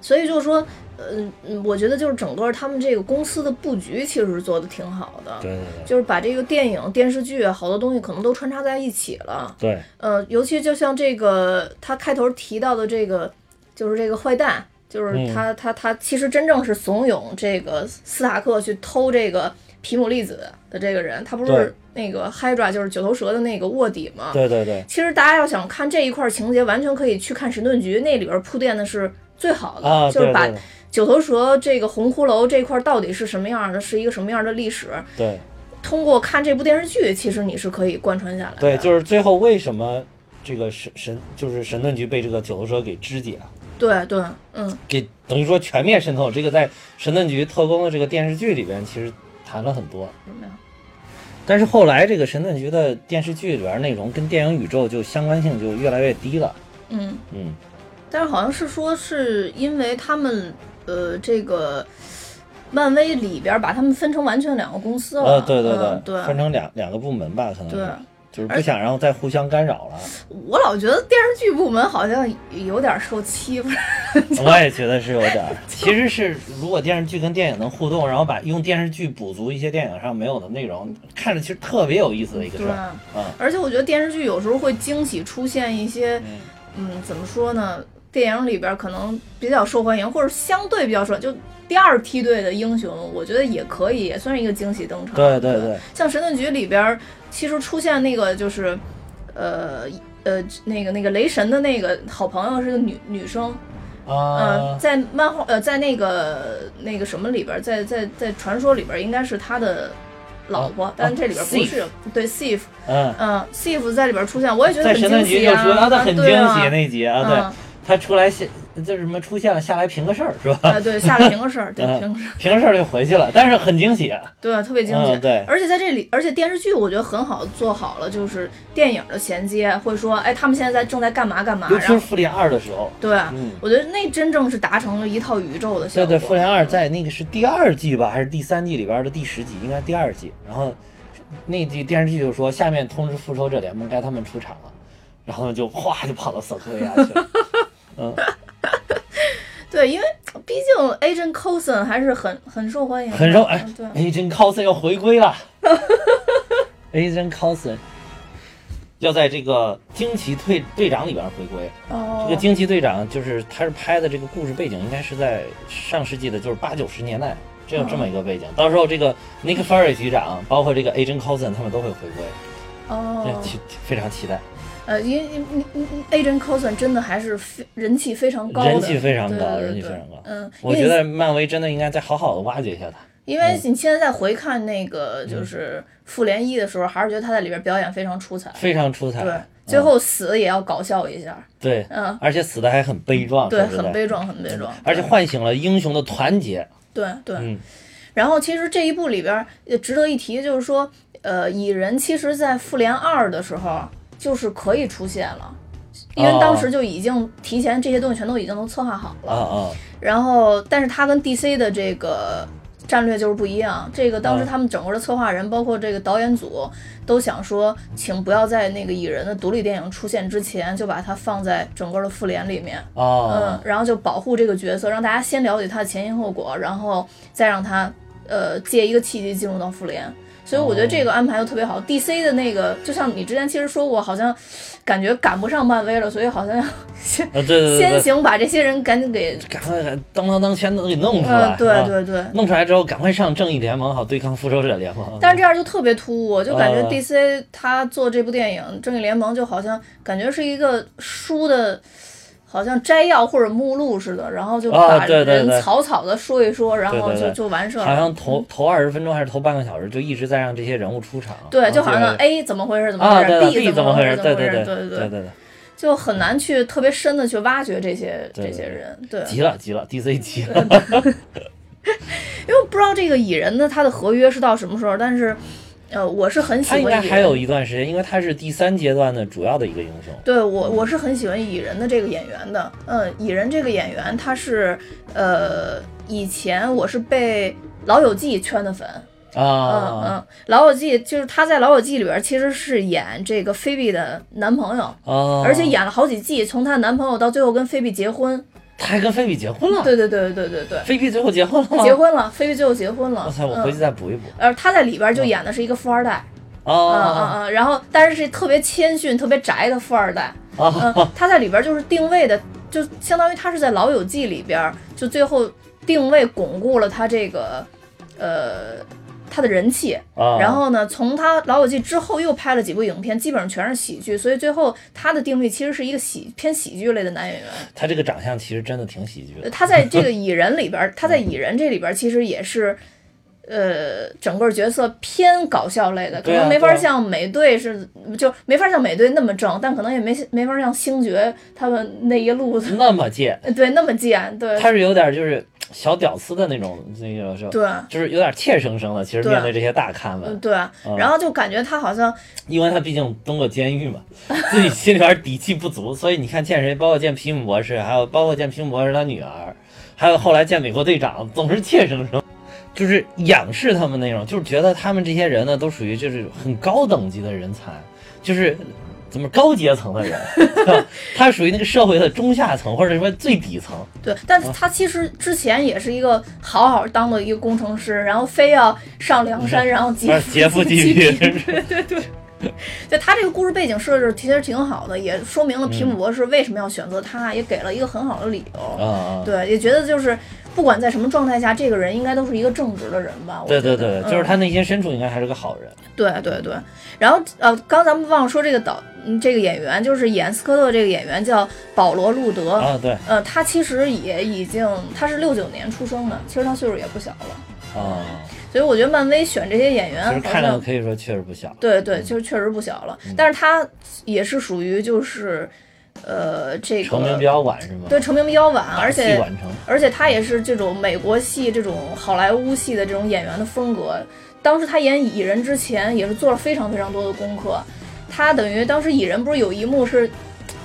所以就是说，嗯、嗯，我觉得就是整个他们这个公司的布局其实做的挺好的，对对就是把这个电影、电视剧啊好多东西可能都穿插在一起了。对对，呃，尤其就像这个他开头提到的这个，就是这个坏蛋，就是嗯他、他他其实真正是怂恿这个斯塔克去偷这个皮姆粒子的这个人，他不对是那个 Hydra 就是九头蛇的那个卧底吗？对对对其实大家要想看这一块情节，完全可以去看《神盾局》，那里边铺垫的是最好的，啊，就是对把对九头蛇这个红骷髅这块到底是什么样的，是一个什么样的历史，对通过看这部电视剧，其实你是可以贯穿下来的。对，就是最后为什么这个神神就是神盾局被这个九头蛇给肢解了？对对，嗯，给等于说全面渗透。这个在《神盾局特工》的这个电视剧里边，其实谈了很多。有没有？但是后来这个《神盾局》的电视剧里边内容跟电影宇宙就相关性就越来越低了。嗯，嗯，但是好像是说是因为他们呃这个。漫威里边把他们分成完全两个公司了，呃，对对对，嗯对分成两两个部门吧，可能对是就是不想然后再互相干扰 了。我老觉得电视剧部门好像有点受欺 负，我也觉得是有 点儿，其实是如果电视剧跟电影能互动，然后把用电视剧补足一些电影上没有的内容，看着其实特别有意思的一个对事儿。吧？嗯，而且我觉得电视剧有时候会惊喜出现一些，嗯，怎么说呢？电影里边可能比较受欢迎，或者相对比较受，就第二梯队的英雄，我觉得也可以，也算是一个惊喜登场。对对对，像《神盾局》里边，其实出现那个就是，呃呃，那个那个雷神的那个好朋友是个女女生，呃，啊，在漫画呃在那个那个什么里边，在在在传说里边应该是他的老婆，啊但这里边不是、 Sif 对 Sif，嗯，嗯，Sif 在里边出现，我也觉得在很神惊盾局喜就啊，说啊，他很惊对啊喜那集啊，嗯对他出来现就是什么出现了下来评个事儿是吧？ 啊，对，下了评个事儿，对，嗯评个事儿，评个事儿就回去了，但是很惊喜，对，啊特别惊喜。嗯对而且在这里，而且电视剧我觉得很好做好了，就是电影的衔接，会说，哎，他们现在在正在干嘛干嘛，尤然其是后复联二的时候，对，啊嗯我觉得那真正是达成了一套宇宙的效果。对对，复联二在那个是第二季吧，还是第三季里边的第十集，应该第二季，然后。那集电视剧就说下面通知复仇者联盟该他们出场了，然后就哗就跑到索科维亚 去了。嗯，对，因为毕竟 Agent Coulson 还是很很受欢迎的，很肉哎嗯对， ，Agent Coulson 要回归了，Agent Coulson 要在这个惊奇队队长里边回归。哦，这个惊奇队长就是他是拍的这个故事背景应该是在上世纪的，就是八九十年代，这有这么一个背景。到时候这个 Nick Fury 局长，包括这个 Agent Coulson 他们都会回归，这哦，期非常期待，呃，因为因因因 Agent Coulson 真的还是非人气非常高的，人气非常高，对人气对非对常高。嗯，我因觉为得嗯漫威真的应该再好好的挖掘一下他。因为你现在再回看那个嗯就是复联一的时候，还是觉得他在里边表演非常出彩。非常出彩。对嗯，最后死也要搞笑一下，对，嗯，而且死的还很悲壮，对，说实在很悲壮，很悲壮。而且唤醒了英雄的团结。对对，嗯然后其实这一部里边儿也值得一提的就是说，呃，蚁人其实在复联二的时候啊就是可以出现了，因哦为当时就已经提前这些东西全都已经都策划好啊了。啊，然后，但是它跟 DC 的这个战略就是不一样。这个当时嗯他们整个的策划人，包括这个导演组，都想说，请不要在那个蚁人的独立电影出现之前就把它放在整个的复联里面。嗯哦，，然后就保护这个角色，让大家先了解他的前因后果，然后再让他呃借一个契机进入到复联。所以我觉得哦这个安排又特别好。DC 的那个，就像你之前其实说过，好像感觉赶不上漫威了，所以好像要 先呃，对对先对对，行把这些人赶紧给，赶快当当当全都给 弄出嗯来，，对啊，对对。弄出来之后赶快上正义联盟，好对抗复仇者联盟。但是这样就特别突兀，就感觉嗯 DC 他做这部电影《正义联盟》就好像感觉是一个书的，好像摘要或者目录似的，然后就啊把对对人对草草的说一说，然后对对就对就完事儿好了。像头头二十分钟还是头半个小时，就一直在让这些人物出场。对，然后就好像这个 A 怎么回事怎么啊，回对事了，B 怎么回事怎对么回对事，对对对，对，就很难去特别深的去挖掘这些对这对些对人。对，急 了急了，DC 急嗯 了，因为我不知道这个蚁人的他的合约是到什么时候，但是呃，我是很喜他欢应该蚁还人有一段时间，因为他是第三阶段的主要的一个英雄。对我，我是很喜欢蚁人的这个演员的。嗯，蚁人这个演员他是，呃，以前我是被《老友记》圈的粉。嗯啊嗯，《老友记》就是他在《老友记》里边其实是演这个菲比的男朋友，啊！嗯而且演了好几季，从她男朋友到最后跟菲比结婚。他还跟菲比结婚了。对对对对对对，菲比最后结婚了吗？结。婚了，菲比最后结婚了。我操，我回嗯去再补一补。呃，他在里边就演的是一个富二代，嗯嗯啊嗯，然后但是是特别谦逊、特别宅的富二代，啊啊！嗯，他在里边就是定位的，就相当于他是在《老友记》里边，就最后定位巩固了他这个，呃，他的人气。啊嗯然后呢，从他《老友记》之后又拍了几部影片，基本上全是喜剧，所以最后他的定位其实是一个喜偏喜剧类的男演员。他这个长相其实真的挺喜剧呃的。他在这个蚁人里边，他在蚁人这里边其实也是。呃，整个角色偏搞笑类的，可对啊能没对法啊像美队是，就没法像美队那么正，但可能也没没法像星爵他们那一路子，那么贱， 对，那么贱，对，他是有点就是小屌丝的那种那个是吧，对，就是有点怯生生的。其实对面对这些大咖嗯，们，对，然后就感觉他好像，因为他毕竟蹲过监狱嘛，自己心里边底气不足，所以你看见谁，包括见皮姆博士，还有包括见皮姆博士他女儿，还有后来见美国队长，总是怯生生。就是仰视他们那种，就是觉得他们这些人呢，都属于就是很高等级的人才，就是怎么高阶层的人，是吧他属于那个社会的中下层或者说最底层。对，但嗯他其实之前也是一个好好当了一个工程师，然后非要上梁山，然后劫啊劫富济济贫贫，对对对。对他这个故事背景设置其实挺好的，也说明了嗯皮姆博士为什么要选择他，也给了一个很好的理由。啊，对，也觉得就是不管在什么状态下，这个人应该都是一个正直的人吧。我对觉对得嗯对，就是他内心深处应该还是个好人。对对对，然后呃，刚咱们忘了说这个导，嗯这个演员就是演斯科特这个演员叫保罗·路德，啊，对呃，他其实也已经，他是六九年出生的，其实他岁数也不小了，啊，所以我觉得漫威选这些演其员实好看着像，可以说确实不小。嗯对对，就是确实不小了，嗯但是他也是属于就是，呃，这个成名比较晚是吗？对成名比较晚，而戏且晚成。而且他也是这种美国戏、这种好莱坞戏的这种演员的风格。当时他演蚁人之前也是做了非常非常多的功课，他等于当时蚁人不是有一幕是。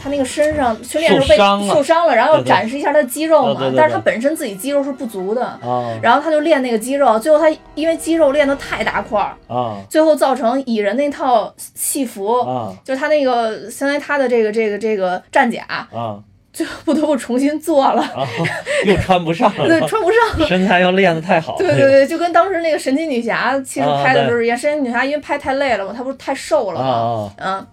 他那个身上训练时候受被伤了受伤了，然后对对展示一下他的肌肉嘛对对，对但是他对本身自己肌肉是不足的，啊然后他就练那个肌肉，最后他因为肌肉练得太大块儿，啊最后造成蚁人那套戏服。啊就是他那个，相当于他的这个这个这个战甲， 啊最后不得不重新做了， 啊，又穿不上对，了，穿不上，身材又练得太 好了，对对对，就跟当时那个神奇女侠其实啊拍的时候对一样，神奇女侠因为拍太累了嘛，她不是太瘦了啊嘛，啊嗯。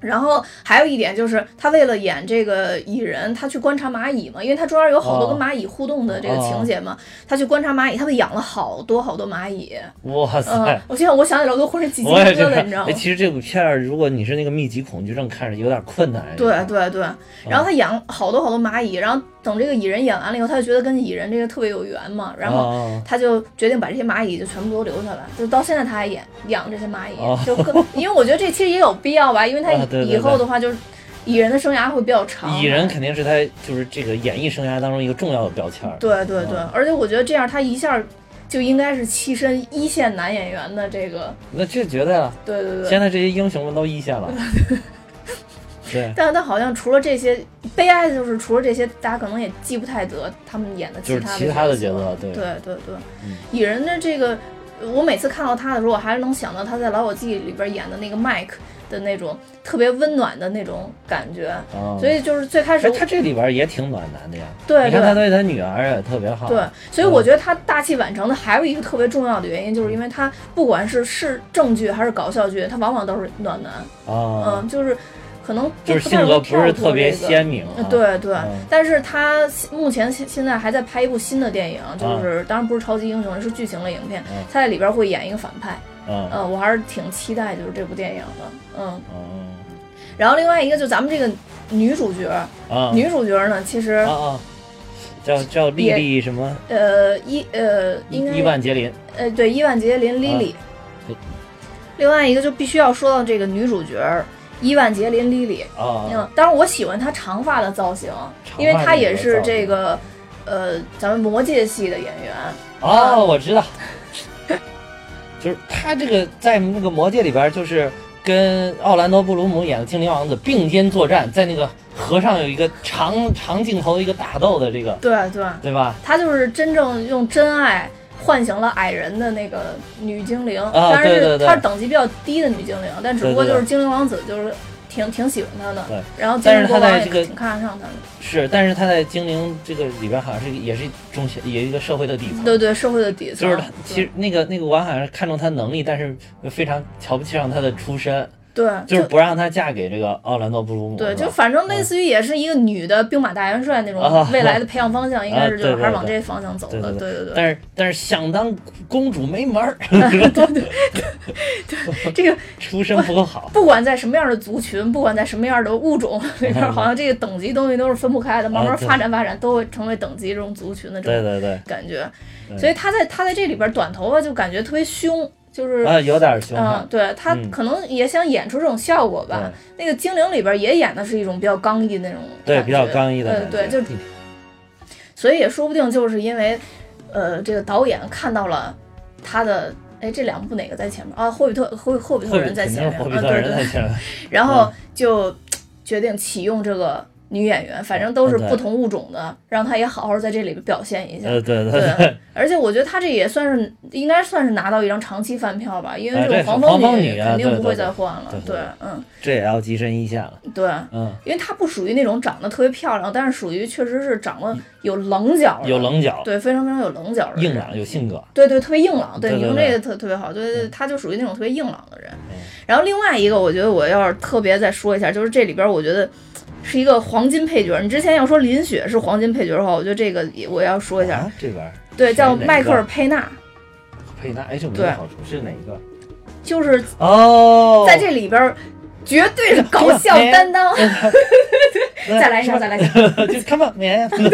然后还有一点就是，她为了演这个蚁人，她去观察蚂蚁嘛，因为她中间有好多跟哦蚂蚁互动的这个情节嘛，她去观察蚂蚁，她不养了好多好多蚂蚁，哇嗯 塞，！我现在我想起来我都浑身起鸡皮我也疙觉瘩，得你知道，吗哎，？其实这部片儿，如果你是那个密集恐惧症，看着有点困难。对对对，然后她养好多好多蚂蚁，然后等这个蚁人演完了以后，她就觉得跟蚁人这个特别有缘嘛，然后后他就决定把这些蚂蚁就全部都留下来，就到现在他还养养这些蚂蚁，哦就更，因为我觉得这其实也有必要吧，因为他以,、啊对对对以后的话就是蚁人的生涯会比较长，蚁人肯定是他就是这个演艺生涯当中一个重要的标签儿。对对对，嗯而且我觉得这样他一下就应该是跻身一线男演员的这个，那这绝对了，对对对现。在这些英雄们都一线了。 对，但是他好像除了这些，悲哀的就是除了这些，大家可能也记不太得他们演的就是他的其他的角角色对对对对嗯，蚁人的这个，我每次看到他的时候，我还是能想到他在《老友记》里边演的那个麦克的那种特别温暖的那种感觉。啊，所以就是最开始哎，，他这里边儿也挺暖男的呀。对你看他对对他女儿也特别好。啊对，所以我觉得他大器晚成的还有一个特别重要的原因，就是因为他不管是是正剧还是搞笑剧，他往往都是暖男，啊，嗯，就是可能不就是性格不是太容易跳特别。脱这个鲜明啊。对对嗯，但是他目前现现在还在拍一部新的电影，就是当然不是超级英雄，是剧情类影片嗯，他在里边会演一个反派，嗯嗯，我还是挺期待就是这部电影的，嗯。嗯然后另外一个就咱们这个女主角，啊女主角呢，其实啊啊，叫叫莉也莉什么？呃伊呃应伊该万嗯杰林。呃对伊万杰林 Lily，对另外一个就必须要说到这个女主角伊万杰林 Lily，啊嗯，当然我喜欢她长发的造型，长因为发她的也那个是造这型个呃咱们魔界系的演员。哦，我知道， 就是他这个在那个《魔戒》里边，就是跟奥兰多·布鲁姆演的精灵王子并肩作战，在那个河上有一个长长镜头的一个打斗的这个，对对，对吧？她就是真正用真爱唤醒了矮人的那个女精灵，啊当然对是对对她是等级比较低的女精灵，但只不过对对就对是精灵王子就是挺挺喜欢她的对，然后精但灵是国她王在也这个挺看得上她的，是，但是他在精灵这个里边好像是也是中下，也一个社会的底层。对对，社会的底层，就是他，其实实那个那个王好像是看中他能力，但是非常瞧不起上他的出身，对，就是不让他嫁给这个奥兰多·布鲁姆。对，是吧就反正类似于也是一个女的兵马大元帅那种啊未 来的培养方向，应该是啊就是对对还是往对这些方向走的，对对对对。但是但是想当公主没门 儿，这个出身不够好。不管在什么样的族群，不管在什么样的物种 里 边，好像这个等级东西都是分不开的，慢慢啊对发展发展都会成为等级这种族群的这对种 对对，感觉。对所以他在他在这里边短头发就感觉特别凶，就是。啊，有点凶嗯悍，。对他可能也想演出这种效果吧。那个精灵里边也演的是一种比较刚毅的那种对感对，觉比较刚毅的呃感对，觉。就所以也说不定就是因为，呃，这个导演看到了他的，哎，这两部哪个在前面啊？霍比特霍霍比特霍比人在肯前定面，是霍比啊特对人对在 前面。然嗯后就嘖决定启用这个女演员，反正嗯都是不同物种的，让她也好好在这里边表现一下。呃，对对对，而且我觉得她这也算是应该算是拿到一张长期饭票吧，因为哎这对种黄蜂蜂女啊肯定对不会对对再换了对。对对对，嗯， 这也要跻身一线了。对，嗯，因为她不属于那种长得特别漂亮，但是属于确实是长得有棱角的，嗯有棱角，对，非常非常有棱角的人硬朗，有性格。对对，特别硬朗。对，对你对用对这个特特别好，对对，他就属于那种特别硬朗的人嗯。然后另外一个，我觉得我要是特别再说一下，就是这里边我觉得是一个黄金配角。你之前要说林雪是黄金配角的话，我觉得这个也我要说一下，啊，这边儿对，谁叫哪迈克尔个佩纳，佩纳，哎，这没对好处是哪一个？就是哦，哎在这里边绝对是搞笑担当。再来一下，再来一下，来，就 come on man，嗯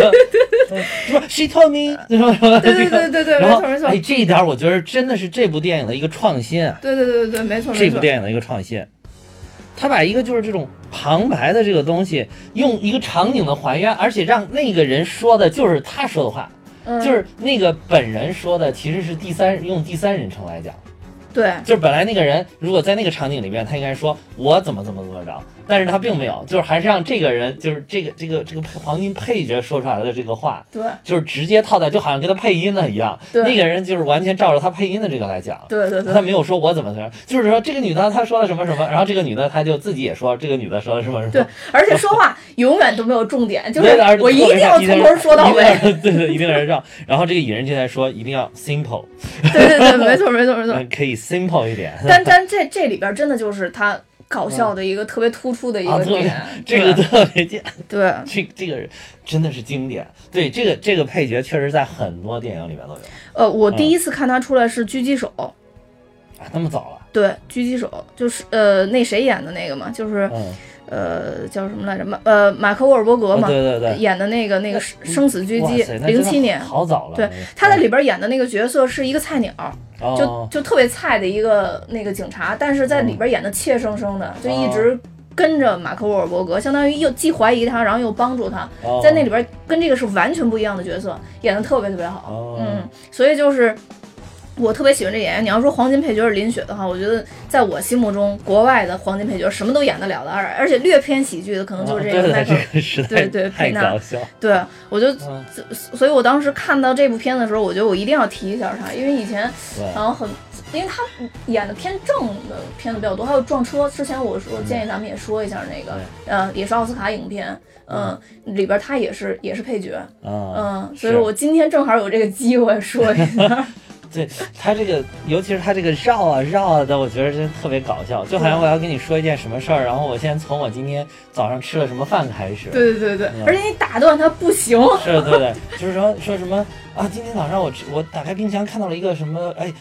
什么 she told me，什么什么，对对对对对，没然后呃错没错，哎，这一点儿我觉得真的是这部电影的一个创新啊。对对对对对，没错没这部错。电影的一个创新。他把一个就是这种旁白的这个东西，用一个场景的还原，而且让那个人说的就是他说的话，嗯就是那个本人说的，其实是第三用第三人称来讲，对，就是本来那个人如果在那个场景里边，他应该说我怎么怎么怎么着，但是他并没有，就是还是让这个人，就是这个这个这个配黄金配角说出来的这个话，对，就是直接套在，就好像跟他配音了一样。对那个人就是完全照着他配音的这个来讲。对对他对，没有说我怎么怎么样，就是说这个女的她说了什么什么，然后这个女的她就自己也说这个女的说了什么什么，对而且说话永远都没有重点，就是对的而且我一特别定要像从头说到尾。，一定要 对对，一定要这样。然后这个蚁人就在说一定要 simple， 对对对，没错没错没错。嗯，可以 simple 一点。但但这这里边真的就是他搞笑的一个特别突出的一嗯啊个特别点，这个特别经，对。这这个真的是经典。对，这个这个配角确实在很多电影里面都有。呃，我嗯第一次看他出来是狙击手，啊，那么早了，对，狙击手就是呃那谁演的那个嘛，就是嗯，呃叫什么来着马呃马克沃尔伯格哦嘛、对对对，演的那个那个生生死狙哇击塞，那真零的七年。好早了。嗯对那个，他在里边演的那个角色是一个菜鸟，哦就就特别菜的一个那个警察，但是在里边演的怯生生的，就哦一直跟着马克沃尔伯格，相当于又既怀疑他，然后又帮助他，哦在那里边跟这个是完全不一样的角色，演的特别特别好。哦嗯，所以就是我特别喜欢这演员。你要说黄金配角是林雪的话，我觉得在我心目中，国外的黄金配角什么都演得了的，而而且略偏喜剧的可能就是这个啊对迈对克尔。这个时代对对太佩纳搞笑。对，我就嗯，所以，我当时看到这部片子的时候，我觉得我一定要提一下他，因为以前对然后很，因为他演的偏正的片子比较多，还有撞车。之前我说建议咱们也说一下那个，呃，也是奥斯卡影片，嗯，里边他也是也是配角，啊，嗯，是所以我今天正好有这个机会说一 下，对他这个，尤其是他这个绕啊绕啊的，我觉得真特别搞笑。就好像我要跟你说一件什么事儿，然后我先从我今天早上吃了什么饭开始。对对对对嗯，而且你打断他不行，是，对对，就是说说什么啊？今天早上我吃，我打开冰箱看到了一个什么，哎。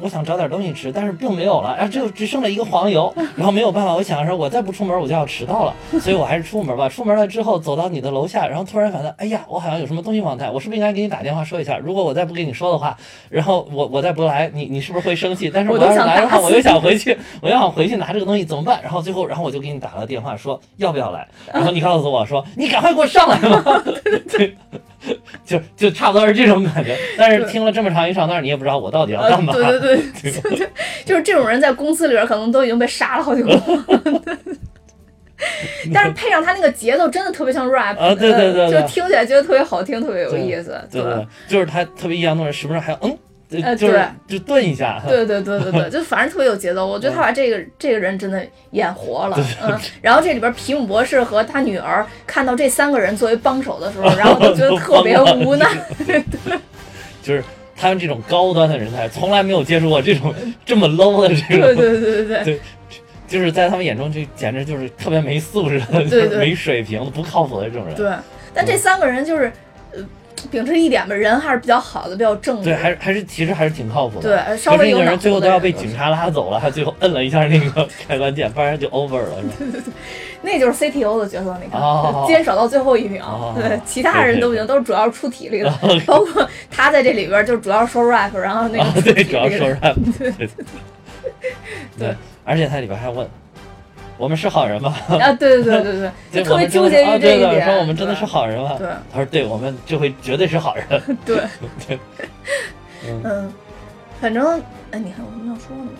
我想找点东西吃，但是并没有了，啊，只有只剩了一个黄油，然后没有办法，我想说，我再不出门我就要迟到了，所以我还是出门吧。出门了之后，走到你的楼下，然后突然反正，哎呀，我好像有什么东西忘带，我是不是应该给你打电话说一下？如果我再不给你说的话，然后我我再不来，你你是不是会生气？但是我我都要是想来的打话，我死又你想回去，我又想回去拿这个东西怎么办？然后最后，然后我就给你打了电话说要不要来，然后你告诉我说你赶快给我上来吧。 对，就就差不多是这种感觉。但是对听了这么长一长段，你也不知道我到底要呃干嘛。对对 对， 就就就是这种人在公司里边可能都已经被杀了好几个了。 但是配上他那个节奏，真的特别像 rap，啊对对对呃对就听起来觉得特别好听，特别有对意思，对对，就是他特别异样的人，时不时还要嗯，就呃就是就顿一下。 对对对对对，就反正特别有节奏。我觉得他把这嗯个这个人真的演活了，嗯。然后这里边皮姆博士和他女儿看到这三个人作为帮手的时候，然后就觉得特 别无奈。就是他们这种高端的人才，从来没有接触过这种 这么 low 的这对种，对对对对就是在他们眼中，这简直就是特别没素质的，就对是对没水平、不靠谱的这种人。对。但这三个人就是，呃，秉持一点吧，人还是比较好的，比较正直对，。还是还是其实还是挺靠谱的。嗯对呃稍微有就是那个脑人最后子的都要人被都警是察拉走了，他最后摁了一下 那个开关键，不然就 over 了，是吧？那就是 CTO 的角色，你看 哦， 坚守到最后一秒哦。对，其他人都不行，都是主要出体力 的，包括他在这里边就主要说 rap，然后那啊个，出体力哦对，主要的说 rap，对对对，而且他里边还问我们是好人吗？ 啊，对对对对对， 就对特我别们真纠的是结啊于这对一的点。说我们真的是对好人啊吗？对他说对，我们这回绝对是好 人。对， 对，嗯，反正哎，你看我们要说呢，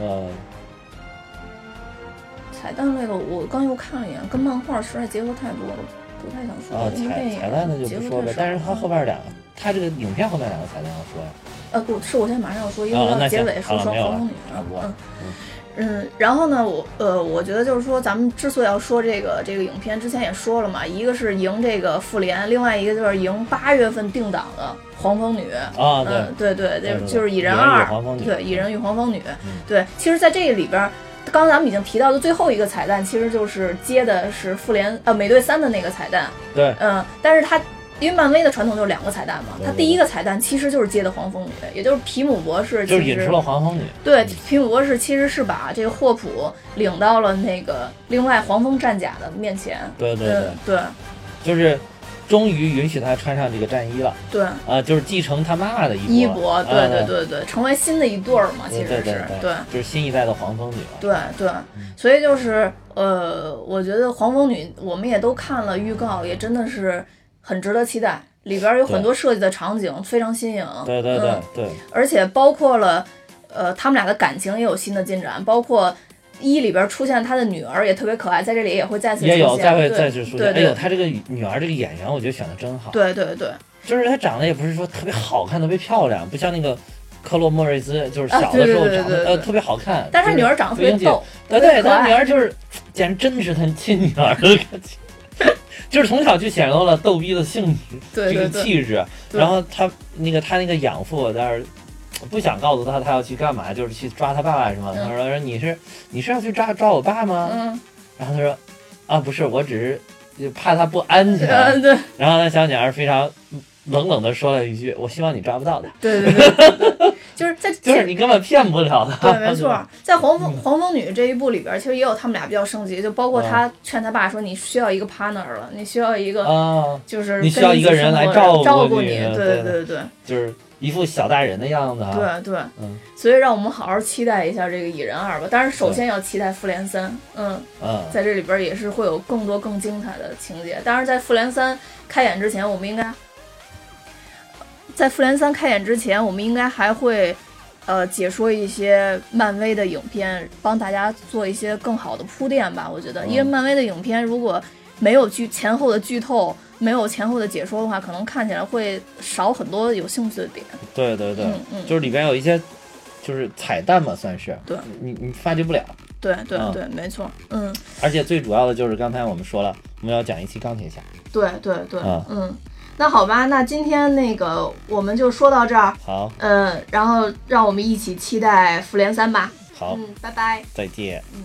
嗯，彩蛋类的我刚又看了一眼，跟漫画实在结合太多了，不太想说。啊，因为彩电影彩蛋的就不说了，但是嗯他后边两个，他这个影片后面两个彩蛋要说呀。呃不是，我现在马上要说，因啊为那要结行尾好说双了没有黄了蜂女差不多嗯嗯，然后呢，我呃，我觉得就是说，咱们之所以要说这个这个影片，之前也说了嘛，一个是赢这个复联，另外一个就是赢八月份定档的黄蜂女。啊，对嗯，，对对，对就对就是蚁人蚁人与二黄蜂女，对，蚁人与黄蜂女嗯，对，其实在这里边儿。刚才咱们已经提到的最后一个彩蛋，其实就是接的是复联呃美队三的那个彩 蛋，对，嗯，但是它因为漫威的传统就是两个彩蛋嘛，对对它第一个彩蛋其实就是接的黄蜂女，也就是皮姆博士其就实，是引出了黄蜂女。对皮姆博士其实是把这个霍普领到了那个另外黄蜂战甲的面前，对对对嗯，对就是终于允许他穿上这个战衣了，对，啊，就是继承他妈妈的衣衣钵钵，了。对对啊对对，成为新的一对儿嘛，其对实对是对对。就是新一代的黄蜂女了。对对，所以就是呃，我觉得《黄蜂女》我们也都看了预告，也真的是很值得期待。里边儿有很多设计的场景非常新颖，对对对嗯，对，而且包括了。呃，他们俩的感情也有新的进展，包括一里边出现他的女儿也特别可爱，在这里也会再次出也现，有再会对再次出现。对哎对呦，她这个女儿这个演员，我觉得选的真好。对对对，就是她长得也不是说特别好看，特别漂亮，不像那个科洛莫瑞兹，就是啊小对的对时候对长对得对呃特别好看。但是他女儿长得特别就是逗，对特别对，可他女爱，儿就是，简直真是他亲女儿的感觉，就是从小就显露了逗逼的性质，对对这个对，气质。对然后他那个他那个养父在那儿。不想告诉他他要去干嘛，就是去抓他爸爸是吗？嗯他说说你是你是要去抓抓我爸吗？嗯，然后他说啊不是，我只是就怕他不安全。 呃对然后那小女孩非常冷冷的说了一句：“我希望你抓 不到他，对对对对，对 就是在就是你根本骗不了他。” 对，没错儿，在《黄蜂嗯黄蜂女》这一部里边儿，其实也有他们俩比较升级，就包括啊他劝他爸说：“你需要一个 partner 了，你需要一个 啊，就是你跟需要你一个起人生来活的照人顾照顾你你。”对对对啊对对就是一副小大人的样子啊。对对嗯，所以让我们好好期待一下这个《蚁人二》吧。当然，首先要期待《复联三》，嗯，嗯，在这里边儿也是会有更多更精彩的情节。当然，在《复联三》开演之前，我们应该在《复联三》开演之前，我们应该还会。呃，解说一些漫威的影片，帮大家做一些更好的铺垫吧。我觉得，因为嗯漫威的影片如果没有剧前后的剧透，没有前后的解说的话，可能看起来会少很多有兴趣的点。对对对，嗯嗯，就是里边有一些就是彩蛋嘛，算是对你你发掘不了。对对嗯对，没错，嗯。而且最主要的就是刚才我们说了，我们要讲一期钢铁侠。对对对，啊嗯，那好吧，那今天那个我们就说到这儿，好，呃嗯，然后让我们一起期待复联三吧，好，嗯，拜拜。再见。嗯